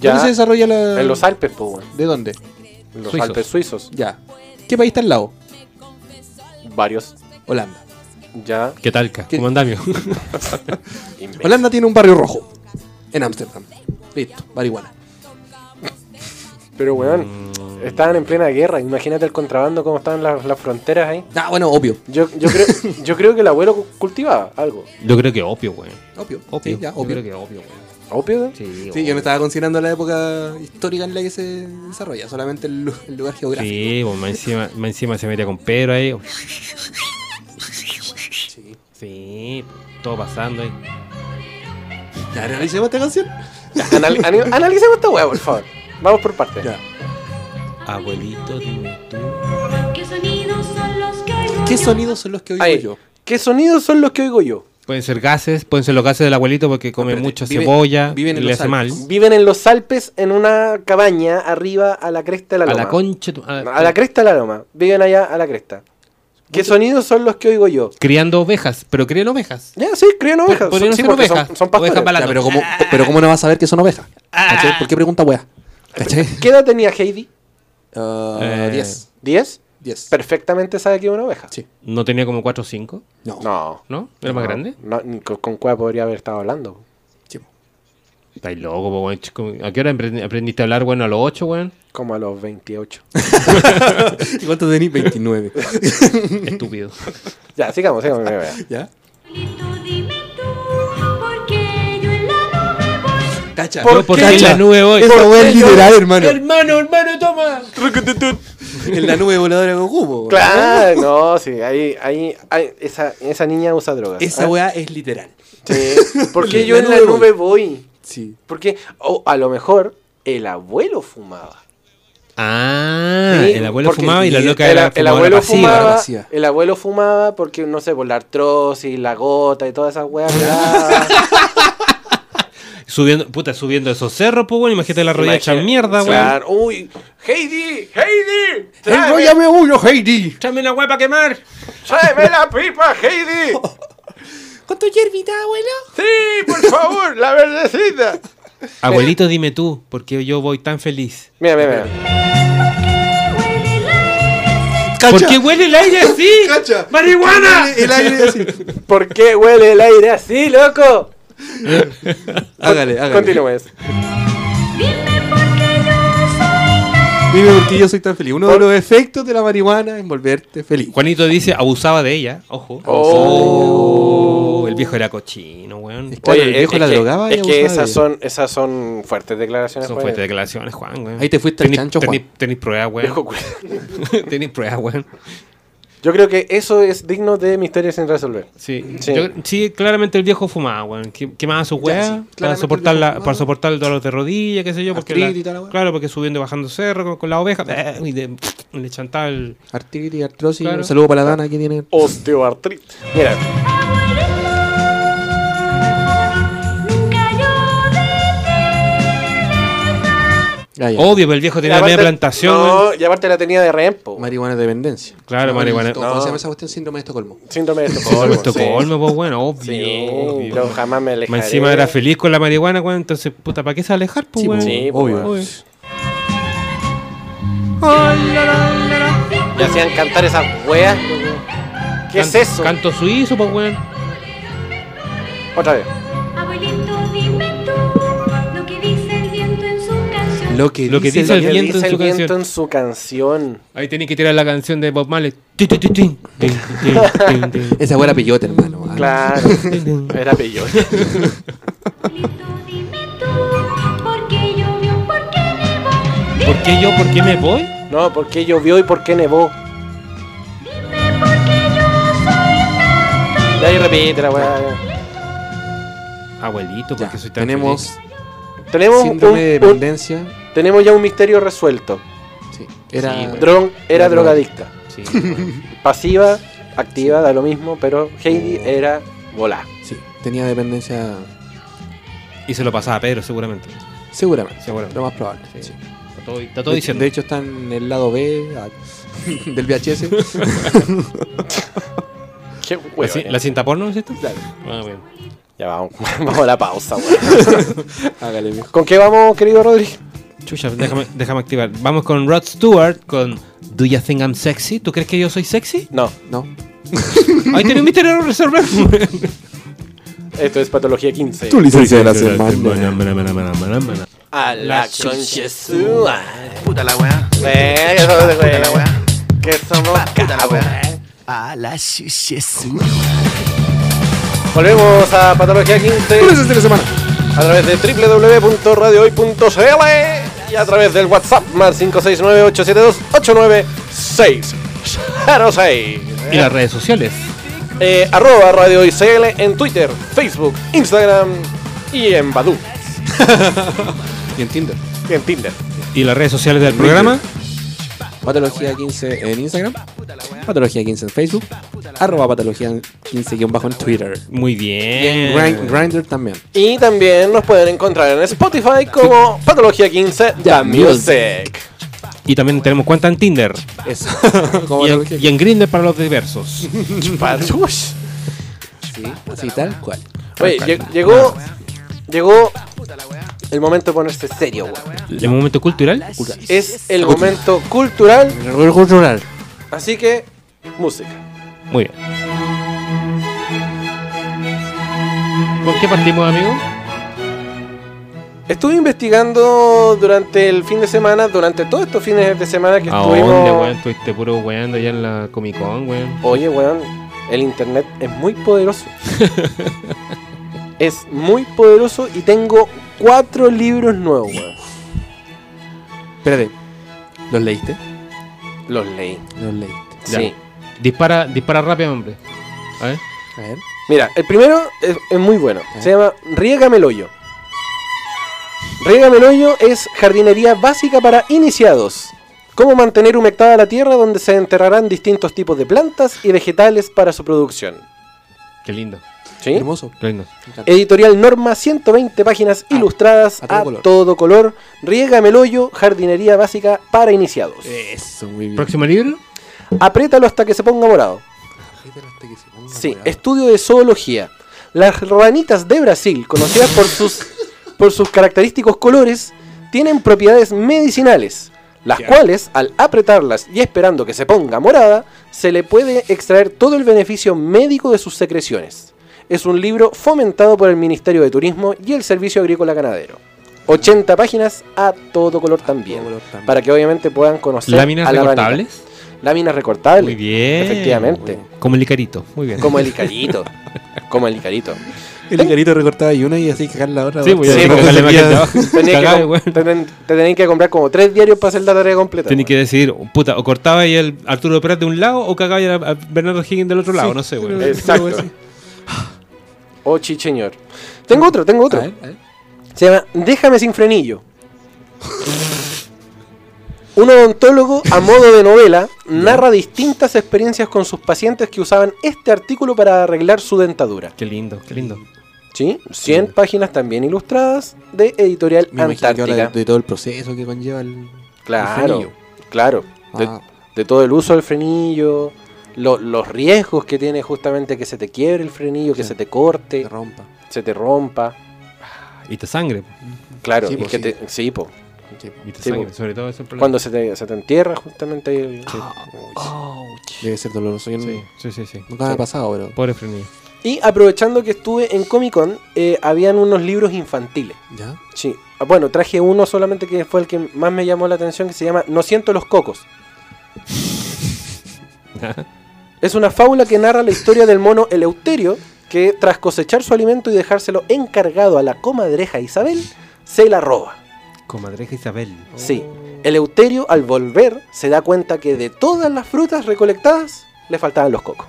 S3: Ya,
S5: ¿Dónde se desarrolla la.?
S3: en los Alpes, po, weón.
S5: ¿De dónde?
S3: En los
S4: Suizos.
S3: Alpes suizos.
S5: Ya. ¿Qué país está al lado?
S3: Varios.
S5: Holanda.
S3: Ya.
S4: ¿Qué talca?
S5: ¿Qué-
S4: ¿Cómo andamio?
S3: imbécil.
S5: Holanda tiene un barrio rojo. En Ámsterdam. Listo, marihuana.
S3: Pero, weón, estaban en plena guerra. Imagínate el contrabando, cómo estaban las, las fronteras ahí.
S5: Ah, bueno, obvio.
S3: Yo, yo, creo, yo creo que el abuelo cu- cultivaba algo.
S4: (laughs) Yo creo que obvio, weón.
S5: Obvio.
S4: Obvio.
S5: Sí, ya,
S4: Yo creo
S5: obvio.
S4: que obvio, weón.
S3: ¿Opio? weón?
S4: Sí,
S5: Sí, yo no estaba considerando la época histórica en la que se desarrolla, solamente el, lu- el lugar geográfico.
S4: Sí, pues, más encima, más encima se metía con Pedro ahí.
S5: Sí.
S4: Sí, todo pasando ahí.
S5: Ya analicemos esta canción.
S3: Ya, anal- ani- analicemos esta weá, por favor. Vamos por partes.
S5: Ya.
S4: Abuelito, dime tú.
S7: ¿Qué sonidos son los que oigo
S5: ¿Qué
S7: yo?
S5: sonidos son los que oigo
S3: Ahí.
S5: yo?
S3: ¿Qué sonidos son los que oigo yo?
S4: Pueden ser gases, pueden ser los gases del abuelito porque come
S5: espérate,
S4: mucha
S5: vive-
S4: cebolla,
S5: viven en
S4: le
S5: los
S4: hace mal.
S5: Alpes.
S3: Viven en los Alpes en una cabaña arriba a la cresta de la
S4: A
S3: loma.
S4: la concha, tu- a-
S3: A la cresta de la loma. Viven allá a la cresta. ¿Qué sonidos son los que oigo yo?
S4: criando ovejas, pero crían ovejas.
S3: Ya, sí, crían ovejas.
S4: podrían
S3: Son- sí,
S4: ser
S3: porque
S4: ovejas.
S3: Son, son pastores.
S4: Ovejas para la- Ah.
S5: Ya, pero, ¿cómo, pero ¿cómo no vas a saber que son ovejas? ¿Cachai? ¿Por qué pregunta wea? ¿Cachai?
S3: ¿Qué edad tenía Heidi?
S5: Ah,
S4: Eh.
S5: 10.
S3: 10.
S5: 10.
S3: Perfectamente sabe que es una oveja.
S5: Sí.
S4: No tenía como 4 o 5,
S5: No.
S3: No.
S4: ¿no? Era más grande.
S3: No, ni con, con cuál podría haber estado hablando.
S5: Sí, po.
S4: Estáis loco, po, weón. chico. ¿A qué hora emprendi- aprendiste a hablar, bueno, a los 8, weón?
S3: Como a los 28.
S5: ¿Y cuánto tenés? 29.
S4: Estúpido.
S3: (laughs) ya, sigamos, sigamos. mira,
S4: (laughs)
S3: mira.
S5: ¿Ya?
S7: Solito dime tú, porque yo en la nube voy.
S5: Cacha.
S4: Yo por ti en la nube voy.
S1: Esa weá es literal, hermano.
S5: Hermano, hermano, toma. en la nube voladora con cubo.
S3: Claro, no, sí, ahí, ahí, ahí- esa, esa niña usa drogas.
S5: Esa weá es literal.
S4: (laughs)
S3: porque
S5: En
S3: yo
S5: la
S3: en la
S5: nube
S3: nube voy.
S5: Sí.
S3: Porque, o a lo mejor, el abuelo fumaba.
S4: Ah,
S3: Sí,
S4: el abuelo
S3: porque
S4: fumaba y la loca
S3: el,
S4: era
S3: el
S4: fumadora
S3: abuelo
S4: pasiva.
S3: fumaba,
S5: pasiva.
S3: El abuelo fumaba porque, no sé, por la artrosis, la gota y todas esas
S4: (laughs)
S3: weas. ¿verdad?
S4: Subiendo, puta, subiendo esos cerros, pues bueno, imagínate la rodilla hecha
S3: Imagina-
S4: mierda, weón.
S3: Claro. Uy, Heidi, Heidi, tráeme,
S1: Enróllame uno, Heidi.
S4: Échame una guapa a quemar.
S3: tráeme la pipa, Heidi.
S5: ¿Con tu hierbita, abuelo?
S3: Sí, por favor, la verdecita.
S4: Abuelito, dime tú, ¿por qué yo voy tan feliz?
S3: Mira, mira, mira.
S4: ¿Por qué huele el aire así?
S1: Cacha.
S4: ¡Marihuana!
S5: Eh,
S1: El aire así.
S3: ¿Por qué huele el aire así, loco?
S5: (laughs) Hágale, hágale.
S3: Continúes.
S5: Dime por qué yo soy tan feliz. Uno de los efectos de la marihuana es volverte feliz.
S4: Juanito dice, abusaba de ella. Ojo.
S3: Oh.
S4: Oh, el viejo era cochino, weón.
S5: Claro, el viejo la
S3: que,
S5: drogaba y
S3: es
S5: abusaba
S3: que
S5: de
S3: esas
S5: ella.
S3: son, esas son fuertes declaraciones. pues.
S4: Son
S3: weón.
S4: fuertes declaraciones, Juan, weón.
S5: Ahí te fuiste al
S4: Tenís-
S5: chancho, Juan.
S4: tenís- Tenís pruebas,
S3: Viejo
S4: weón.
S3: culiao.
S4: (laughs) tenís pruebas, weón.
S3: Yo creo que eso es digno de misterios sin resolver.
S4: Sí,
S3: Sí.
S4: Yo- sí, claramente el viejo fumaba, weón. Que- Quemaba su
S5: sí,
S4: weá para,
S5: claramente
S4: soportar
S5: el viejo
S4: la-
S5: fumaba.
S4: para soportar el dolor de rodilla, qué sé yo. Porque
S5: Artritis
S4: la-
S5: y toda la weá.
S4: claro, porque subiendo y bajando cerro con, con la oveja. eh, y de- le chantaba el.
S5: Artritis, artrosis.
S4: Claro.
S5: Un saludo para la Dana que tiene.
S3: Osteoartritis. Mira,
S5: Ah, ya.
S4: Obvio, pero el viejo tenía
S3: Y
S4: la media
S3: aparte-
S4: plantación.
S3: No,
S4: weón.
S3: y aparte la tenía de rempo.
S5: Marihuana dependencia.
S4: Claro, marihuana.
S5: ¿Cómo se llama esa cuestión? Síndrome de Estocolmo.
S3: Síndrome de
S4: Por
S3: Estocolmo.
S4: Estocolmo, pues bueno, obvio.
S3: Sí, Sí,
S4: obvio.
S3: yo jamás me alejaré.
S4: Más encima era feliz con la marihuana, weón. Entonces, puta, ¿para qué se alejar, pues,
S5: Sí,
S4: weón?
S3: Sí, pues,
S5: obvio.
S4: Obvio.
S3: Me hacían cantar esas weas. ¿Qué es
S4: Can-
S3: eso?
S4: Canto suizo, pues, weón.
S3: Otra vez.
S7: Abuelito, dime tú lo que dice el viento en su canción.
S5: Lo que,
S4: Lo que dice el
S3: Lo que
S4: viento en
S3: dice el
S4: su
S3: viento
S4: canción.
S3: en su
S4: (laughs)
S3: canción.
S4: Ahí tenéis que tirar la canción de Bob Marley. Tin, tin, tin, tin, (laughs) tin, tin, tin, tin.
S5: Esa buena pillota, hermano. Ah,
S4: (laughs)
S3: Claro. Era peyote.
S7: Abuelito, dime tú por qué llovió, por qué nevó. Dime
S4: ¿Por qué yo? ¿Por qué me voy?
S3: No, ¿por qué llovió y por qué nevó?
S7: por qué yo soy
S3: De ahí repite la wea.
S4: Abuelito,
S5: Ya,
S4: porque soy tan
S5: tenemos
S3: Tenemos, un-
S5: síndrome de
S3: un-
S5: dependencia.
S3: tenemos ya un misterio resuelto.
S5: Sí. Era.
S4: Sí, bueno.
S3: Dron era
S5: Era
S3: drogadicta.
S4: feliz. Sí, weón.
S3: Pasiva, activa, da lo mismo, pero Heidi era volá.
S5: sí, tenía dependencia.
S4: y se lo pasaba a Pedro, seguramente.
S5: Seguramente.
S4: Seguramente.
S5: Lo más probable. sí.
S4: Está todo, está todo
S5: de,
S4: diciendo.
S5: de hecho, está en el lado B ah, (laughs) del VHS.
S3: Qué
S4: ¿La,
S3: huevo.
S4: ci- la cinta porno, ¿no es esto? Claro. Ah, bien.
S3: Ya vamos, (laughs) vamos a la pausa, weón.
S5: Hágale, viejo.
S3: ¿Con qué vamos, querido Rodri?
S4: Chucha, déjame, déjame activar. Vamos con Rod Stewart con Do You Think I'm Sexy? ¿Tú crees que yo soy sexy?
S3: No,
S5: No.
S4: Ahí tenés un misterio a resolver.
S3: esto es Patología 15.
S5: Tu licencia de la semana.
S4: semana.
S3: A
S4: la
S3: conchesúa.
S9: Puta la weá.
S3: Eh, que somos de
S9: Puta la
S3: juego.
S9: weá.
S3: Que somos
S9: Puta la
S6: Ah,
S3: cabos.
S9: weá. A la shishesúa.
S3: Volvemos a Patología 15
S5: Tu licencia de la semana.
S3: a través de www.radiohoy.cl y a través del WhatsApp más 569-872-89606.
S4: Y las redes sociales.
S3: Eh, arroba Radio Hoy CL en Twitter, Facebook, Instagram y en Badu,
S5: Y en Tinder.
S3: y en Tinder.
S4: Y las redes sociales del programa.
S5: Patología 15 en Instagram. Patología 15 en Facebook. Arroba patología 15 guión bajo en Twitter.
S4: Muy bien.
S5: Grind, Grindr también.
S3: Y también nos pueden encontrar en Spotify como Patología 15 The
S5: Ya,
S3: Music.
S4: Y también tenemos cuenta en Tinder.
S5: Eso.
S4: Y
S5: Como
S4: en,
S5: patología
S4: y en Grindr para los diversos.
S3: Parush.
S5: 15. Sí, tal cual.
S3: Oye, lle- llegó, llegó el momento de ponerse serio, weón.
S4: El momento cultural.
S3: Es el momento cultural,
S5: Cultural.
S3: así que música.
S4: Muy bien. ¿Con qué partimos, amigo?
S3: Estuve investigando durante el fin de semana, durante todos estos fines de semana que
S4: ¿A
S3: estuvimos.
S4: dónde, weón? Estuviste puro weando allá en la Comic Con, weón.
S3: Oye, weón, el internet
S4: (laughs)
S3: es muy poderoso. es muy poderoso y tengo cuatro libros nuevos, weón.
S5: Espérate, ¿los leíste?
S3: Los leí.
S5: Los leíste.
S4: Ya.
S3: Sí.
S4: Dispara, dispara rápido, hombre. A ver.
S5: A ver.
S3: Mira, el primero es, es muy bueno. Se llama Riégame el hoyo. Riégame el hoyo es jardinería básica para iniciados. Cómo mantener humectada la tierra donde se enterrarán distintos tipos de plantas y vegetales para su producción.
S4: Qué lindo.
S3: ¿Sí?
S5: Hermoso.
S4: Qué lindo.
S5: Me encanta.
S3: Editorial Norma, 120 páginas ilustradas
S5: Ah, a
S3: a
S5: todo
S3: todo,
S5: color.
S3: color. Riégame el hoyo, jardinería básica para iniciados.
S5: Eso, muy bien.
S4: ¿Próximo libro?
S3: Apriétalo hasta que se ponga morado. Sí, estudio de zoología. Las ranitas de Brasil, conocidas por
S4: (laughs)
S3: sus, por sus característicos colores, tienen propiedades medicinales, las cuales, al apretarlas y esperando que se ponga morada, se le puede extraer todo el beneficio médico de sus secreciones. Es un libro fomentado por el Ministerio de Turismo y el Servicio Agrícola Ganadero. 80 páginas a todo color también.
S5: color también.
S3: Para que obviamente puedan conocer
S4: ¿Láminas
S3: a la ranita.
S4: recortables?
S3: Láminas recortables.
S4: Muy bien.
S3: Efectivamente.
S4: Como el licarito. Muy bien.
S3: Como el Icarito. Como el Icarito.
S5: El ligarito recortaba y una pues, y así cagar la otra.
S4: Sí, voy a
S3: Sí,
S4: tener
S3: porque
S4: que bajarle más que
S5: tenía-
S4: trabajo.
S3: Tenía
S4: Cagá,
S3: que, com-
S4: weón.
S3: tenen- te tenían que comprar como tres diarios para hacer la tarea completa.
S4: Tenía que
S3: weón.
S4: decidir, puta, o cortaba ahí el Arturo Prat de un lado o cagaba ahí a a Bernardo Higgins del otro lado, no sé, (laughs) güey.
S3: Exacto. Oh, chicheñor. Tengo otro, tengo otro.
S5: A ver, a ver.
S3: Se llama Déjame sin frenillo. Un odontólogo a modo de novela narra distintas experiencias con sus pacientes que usaban este artículo para arreglar su dentadura.
S4: Qué lindo, qué lindo.
S3: ¿Sí? 100 páginas también ilustradas de Editorial
S5: Me imagino que
S3: Antártica.
S5: ahora de, de todo el proceso que conlleva el.
S3: Claro,
S5: frenillo.
S3: claro. De,
S5: Ah.
S3: de todo el uso del frenillo, lo- los riesgos que tiene justamente que se te quiebre el frenillo, que
S5: Sí.
S3: se te corte,
S5: Que rompa.
S3: se te rompa.
S4: Y te sangre,
S3: Claro,
S5: Sí,
S3: y
S5: po,
S3: que
S5: sí.
S3: te- sí, po.
S5: Sí.
S4: y te
S3: Sí,
S4: sangre,
S3: po.
S4: sobre todo ese problema.
S3: Cuando se te, se te entierra justamente el-
S5: Debe ser doloroso. Yo no-
S4: Sí, sí, sí, sí.
S5: Nunca me ha pasado, bro.
S4: Pobre frenillo.
S3: Y aprovechando que estuve en Comic Con, eh, habían unos libros infantiles.
S5: ¿Ya?
S3: Sí. Ah, Bueno, traje uno solamente que fue el que más me llamó la atención, que se llama No siento los cocos. es una fábula que narra la historia del mono Eleuterio, que tras cosechar su alimento y dejárselo encargado a la comadreja Isabel, se la roba.
S4: Comadreja Isabel.
S3: Sí. Eleuterio, al volver, se da cuenta que de todas las frutas recolectadas, le faltaban los
S4: (laughs)
S3: cocos.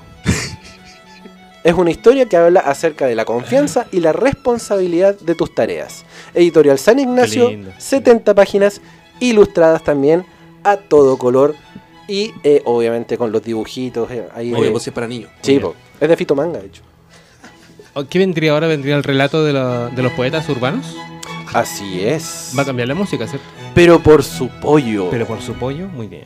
S3: es una historia que habla acerca de la confianza y la responsabilidad de tus tareas. Editorial San Ignacio,
S4: Qué lindo.
S3: 70 páginas, ilustradas también a todo color y eh, obviamente con los dibujitos eh, ahí.
S5: Obvio,
S3: de-
S5: pues si es para niños.
S3: Sí, po. es de Fito Manga, de hecho.
S4: Oh, ¿Qué vendría ahora? ¿Vendría el relato de, la- de los poetas urbanos?
S3: Así es.
S4: Va a cambiar la música, ¿cierto?
S3: Pero por su pollo.
S4: Pero por su pollo, muy bien.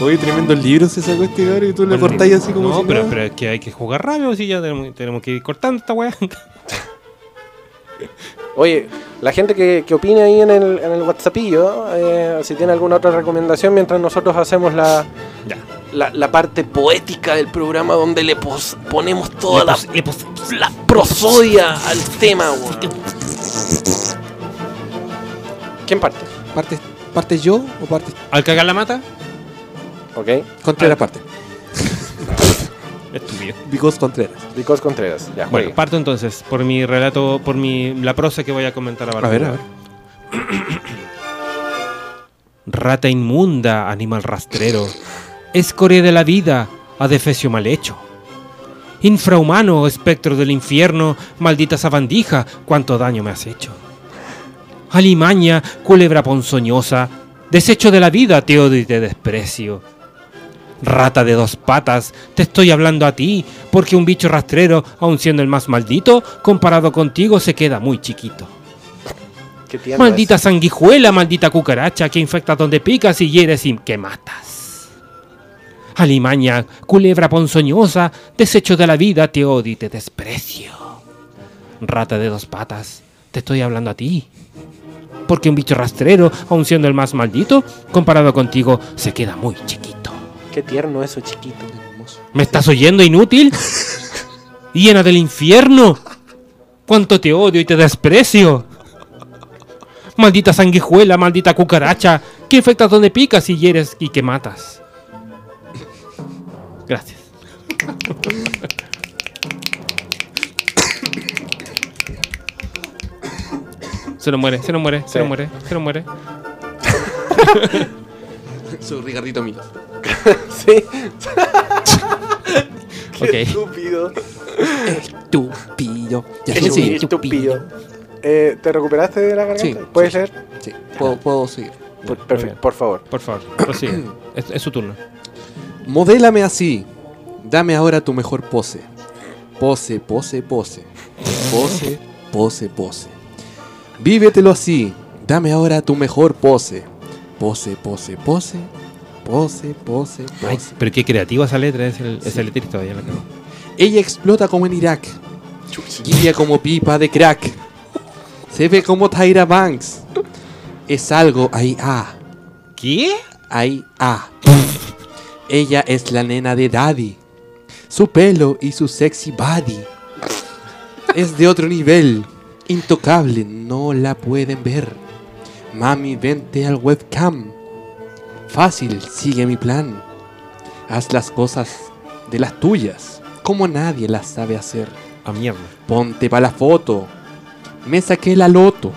S5: Oye, tremendos libros se sacó este cabrón y tú le cortáis así como
S4: no,
S5: si
S4: pero,
S5: nada.
S4: pero es que hay que jugar rápido, si ya tenemos, tenemos que ir cortando esta weá. (laughs)
S3: Oye, la gente que, que opine ahí en el, en el WhatsAppillo, eh, si tiene alguna otra recomendación mientras nosotros hacemos la,
S4: Ya.
S3: la, la parte poética del programa donde le pos- ponemos toda la, la prosodia al tema, weón. ¿Quién parte?
S5: ¿Partes, ¿Partes yo o partes
S4: Al cagar la mata,
S3: Ok,
S5: Contreras (laughs) parte?
S4: estúpido.
S5: Because Contreras.
S3: Ricos Contreras, ya
S4: Bueno,
S3: juegue.
S4: parto entonces por mi relato, por mi la prosa que voy a comentar ahora.
S5: A ver, a ver.
S4: Rata inmunda, animal rastrero, escoria de la vida, adefesio mal hecho. Infrahumano, espectro del infierno, maldita sabandija, cuánto daño me has hecho. Alimaña, culebra ponzoñosa, desecho de la vida, te odio y te desprecio. Rata de dos patas, te estoy hablando a ti, porque un bicho rastrero, aun siendo el más maldito, comparado contigo se queda muy chiquito.
S3: Qué tierno
S4: Maldita sanguijuela, maldita cucaracha que infecta donde picas y hieres y que matas. Alimaña, culebra ponzoñosa, desecho de la vida, te odio y te desprecio. Rata de dos patas, te estoy hablando a ti. Porque un bicho rastrero, aun siendo el más maldito, comparado contigo, se queda muy chiquito.
S3: es. Qué tierno eso, chiquito.
S4: ¿Me estás oyendo, inútil? Llena del infierno. ¿Cuánto te odio y te desprecio? Maldita sanguijuela, maldita cucaracha, que infectas donde picas y hieres y que matas. Gracias. Se nos muere, se nos muere,
S3: Sí.
S4: se nos muere, se nos muere.
S5: Su Ricardito Milos.
S3: Sí. (laughs) Qué
S4: Ok.
S3: estúpido.
S5: Estúpido. Ya
S3: Qué
S5: sí.
S3: estúpido. Eh, ¿Te recuperaste de la garganta?
S5: Sí,
S3: ¿Puede
S5: sí.
S3: ser?
S5: Sí, puedo, puedo seguir.
S3: Por, perfecto, por favor.
S4: Por favor, prosigue. es, es su turno.
S5: Modélame así. Dame ahora tu mejor pose. Pose, pose, pose. Pose, pose, pose. Vívetelo así. Dame ahora tu mejor pose. Pose, pose, pose. Pose, pose,
S4: Ay,
S5: pose.
S4: pero qué creativa esa letra, es el, es el letrista, ya la cagó.
S5: Ella explota como en Irak. Guía como pipa de crack. Se ve como Tyra Banks. Es algo ahí, ah.
S4: ¿Qué?
S5: Ahí, ah. Ella es la nena de Daddy. Su pelo y su sexy body. Es de otro nivel. Intocable, no la pueden ver. Mami, vente al webcam. Fácil, sigue mi plan. Haz las cosas de las tuyas, como nadie las sabe hacer.
S4: A mierda.
S5: Ponte para la foto. Me saqué la loto.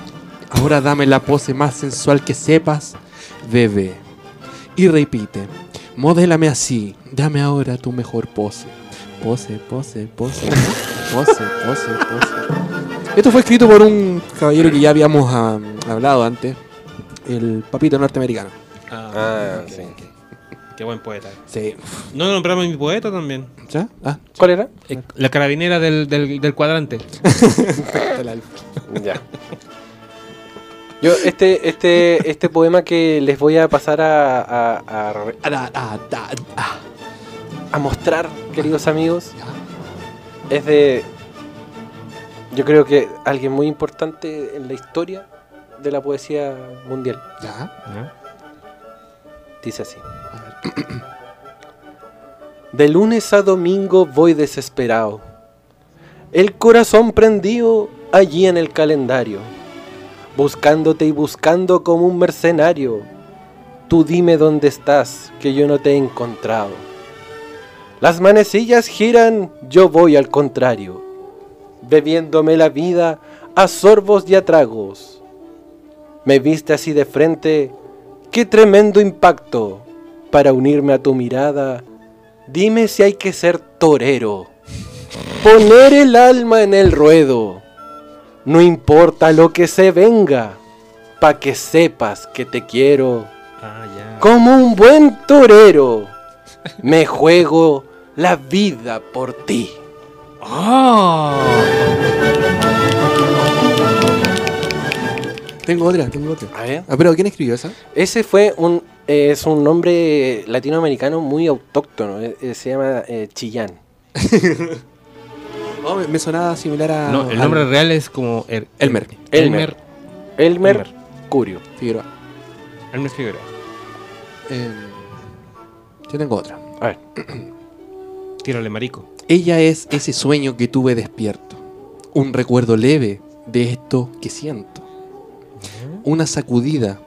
S5: Ahora dame la pose más sensual que sepas, bebé. Y repite, modélame así. Dame ahora tu mejor pose. Pose, pose, pose. Pose, pose, pose. Esto fue escrito por un caballero que ya habíamos ah, hablado antes. El papito norteamericano.
S3: Ah, sí.
S4: Qué buen poeta.
S5: Sí.
S4: No nombramos a mi poeta también.
S5: ¿Ya? Ah,
S3: ¿Cuál era?
S4: Eh, La carabinera del, del, del cuadrante.
S5: está la-
S3: Ya. (laughs) Yo, este, este, este poema que les voy a pasar a, a- a re-
S5: Ah, da, da, da, ah.
S3: a mostrar, queridos amigos, es de. Yo creo que alguien muy importante en la historia de la poesía mundial.
S5: ¿Ya?
S3: Dice así. (clears throat) De lunes a domingo voy desesperado. El corazón prendido allí en el calendario. Buscándote y buscando como un mercenario. Tú dime dónde estás, que yo no te he encontrado. Las manecillas giran, yo voy al contrario. Bebiéndome la vida a sorbos y a tragos. Me viste así de frente, qué tremendo impacto. Para unirme a tu mirada, dime si hay que ser torero. Poner el alma en el ruedo. No importa lo que se venga, pa' que sepas que te quiero.
S4: Ah, ya.
S3: Como un buen torero, me juego la vida por ti.
S5: Tengo otra, tengo otra.
S3: A ver.
S5: Ah, pero ¿quién escribió esa?
S3: Ese fue un eh, es un nombre latinoamericano muy autóctono. eh, eh, se llama eh, Chillán.
S5: No, me, me sonaba similar a.
S4: No, el
S5: al-
S4: nombre real es como Er-
S5: Elmer.
S4: Elmer.
S3: Elmer,
S4: Elmer.
S3: Curio.
S5: Figueroa.
S4: Elmer Figueroa.
S5: Eh, yo tengo otra.
S3: A ver.
S4: Tírale marico.
S5: Ella es ese sueño que tuve despierto. Un recuerdo leve de esto que siento. Una sacudida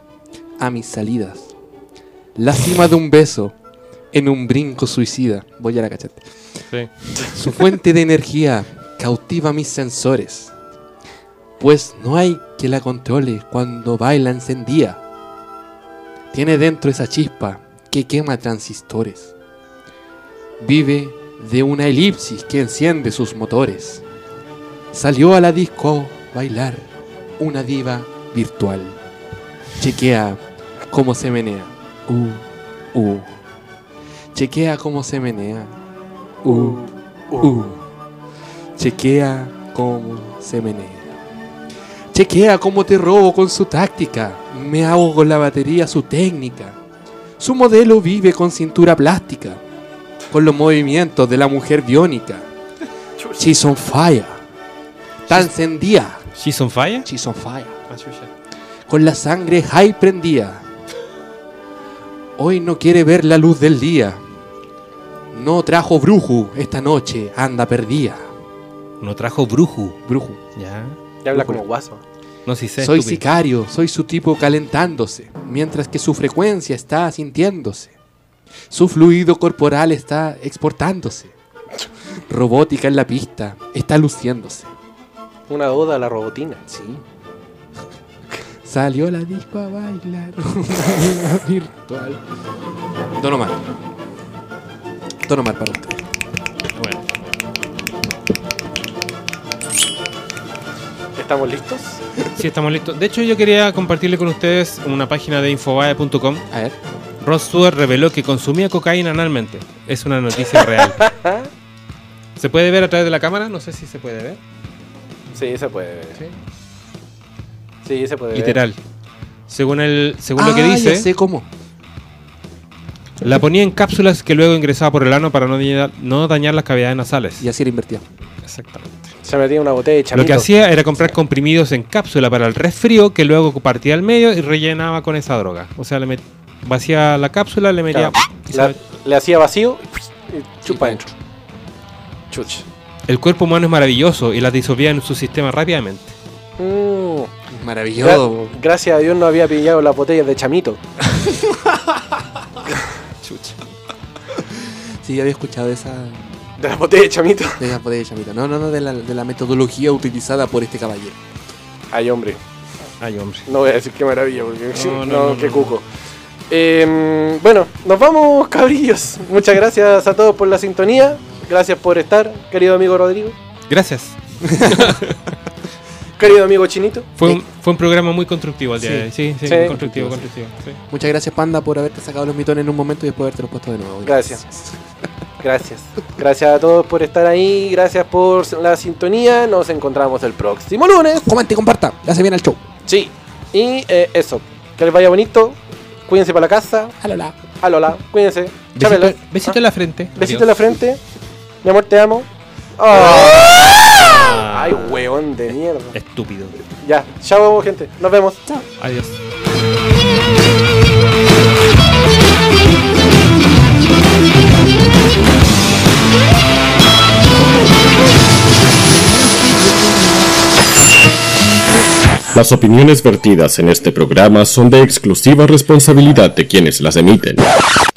S5: a mis salidas. La cima de un beso en un brinco suicida. Voy a la cachete.
S4: Sí.
S5: Su fuente de energía cautiva mis sensores. Pues no hay que la controle cuando baila encendida. Tiene dentro esa chispa que quema transistores. Vive de una elipsis que enciende sus motores. Salió a la disco a bailar una diva virtual. Chequea cómo se menea. Uh, uh. Chequea cómo se menea. Uh, uh. Chequea cómo se menea. Chequea cómo te robo con su táctica. Me ahogo con la batería su técnica. Su modelo vive con cintura plástica. Con los movimientos de la mujer biónica. She's on fire. Tan encendida.
S4: ¿She's on fire?
S5: She's on fire. Con la sangre high prendida. Hoy no quiere ver la luz del día. No trajo bruju esta noche. Anda perdida.
S4: No trajo bruju.
S5: Bruju.
S4: Ya.
S3: Ya habla como guaso.
S4: No, si sé.
S5: soy
S4: estúpido.
S5: sicario, soy su tipo calentándose, mientras que su frecuencia está sintiéndose. Su fluido corporal está exportándose. Robótica en la pista, está luciéndose.
S3: Una oda a la robotina.
S5: Sí. Salió la disco a bailar. (laughs) virtual. Don Omar. Don Omar para usted.
S4: Bueno,
S3: ¿Estamos listos?
S4: sí, estamos listos. De hecho, yo quería compartirle con ustedes una página de infobae.com.
S5: A ver.
S4: Ross Stewart reveló que consumía cocaína analmente. Es
S5: (laughs)
S4: una noticia real. ¿Se puede ver a través de la cámara? No sé si se puede ver.
S3: Sí, se puede ver. Sí, se puede ver.
S4: Literal. Según, el, según lo que
S5: Ah,
S4: dice...
S5: Ya sé cómo.
S4: La ponía en cápsulas que luego ingresaba por el ano para no dañar, no dañar las cavidades nasales.
S5: Y así era invertido.
S4: Exactamente.
S3: Se metía una botella de chamito.
S4: Lo que hacía era comprar comprimidos en cápsula para el resfrío que luego compartía al medio y rellenaba con esa droga. O sea, le met- vacía la cápsula, le metía...
S3: Claro.
S4: y
S3: La-
S4: se-
S3: le hacía vacío y chupa adentro. Chuch.
S4: El cuerpo humano es maravilloso y las disolvía en su sistema rápidamente.
S3: Mm.
S5: Maravilloso.
S3: Gra- gracias a Dios no había pillado las botellas de chamito.
S5: Sí, ya había escuchado esa.
S3: De las botellas de chamito. (laughs)
S5: De esa botella de chamita. No, no, no, de la, de la metodología utilizada por este caballero.
S3: Ay, hombre.
S4: Ay, hombre.
S3: No voy a decir qué maravilla, porque sí, (laughs) no,
S4: no, no,
S3: qué
S4: no.
S3: cuco. Eh, bueno, nos vamos, cabrillos. Muchas gracias a todos por la sintonía. Gracias por estar, querido amigo Rodrigo.
S4: Gracias.
S3: Querido amigo Chinito.
S4: Fue un, fue un programa muy constructivo al día
S5: Sí.
S4: de hoy. Sí, sí,
S3: Sí.
S4: constructivo, constructivo. sí.
S5: Muchas gracias, Panda, por haberte sacado los mitones en un momento y después haberte los puesto de nuevo.
S4: (laughs)
S3: Gracias. Gracias. Gracias a todos por estar ahí. Gracias por la sintonía. Nos encontramos el próximo lunes.
S5: Comente, comparta. Ya se viene al show.
S3: Sí. Y eh, eso. Que les vaya bonito. Cuídense para la casa.
S5: Alola.
S3: Alola. Cuídense. Chápela.
S4: Besito, besito en la frente.
S3: Besito
S4: Adiós.
S3: en la frente. Mi amor, te amo. Ah. Ay, huevón de mierda.
S4: Ah. Estúpido.
S3: Ya, chao, gente. Nos vemos.
S4: Adiós.
S2: Las opiniones vertidas en este programa son de exclusiva responsabilidad de quienes las emiten.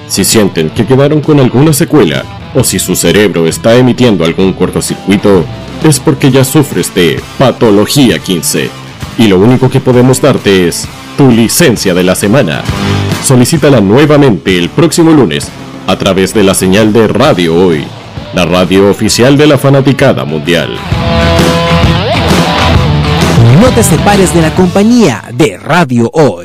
S2: Si sienten que quedaron con alguna secuela o si su cerebro está emitiendo algún cortocircuito, es porque ya sufres de patología 15. Y lo único que podemos darte es tu licencia de la semana. Solicítala nuevamente el próximo lunes a través de la señal de Radio Hoy, la radio oficial de la fanaticada mundial.
S1: No te separes de la compañía de Radio Hoy.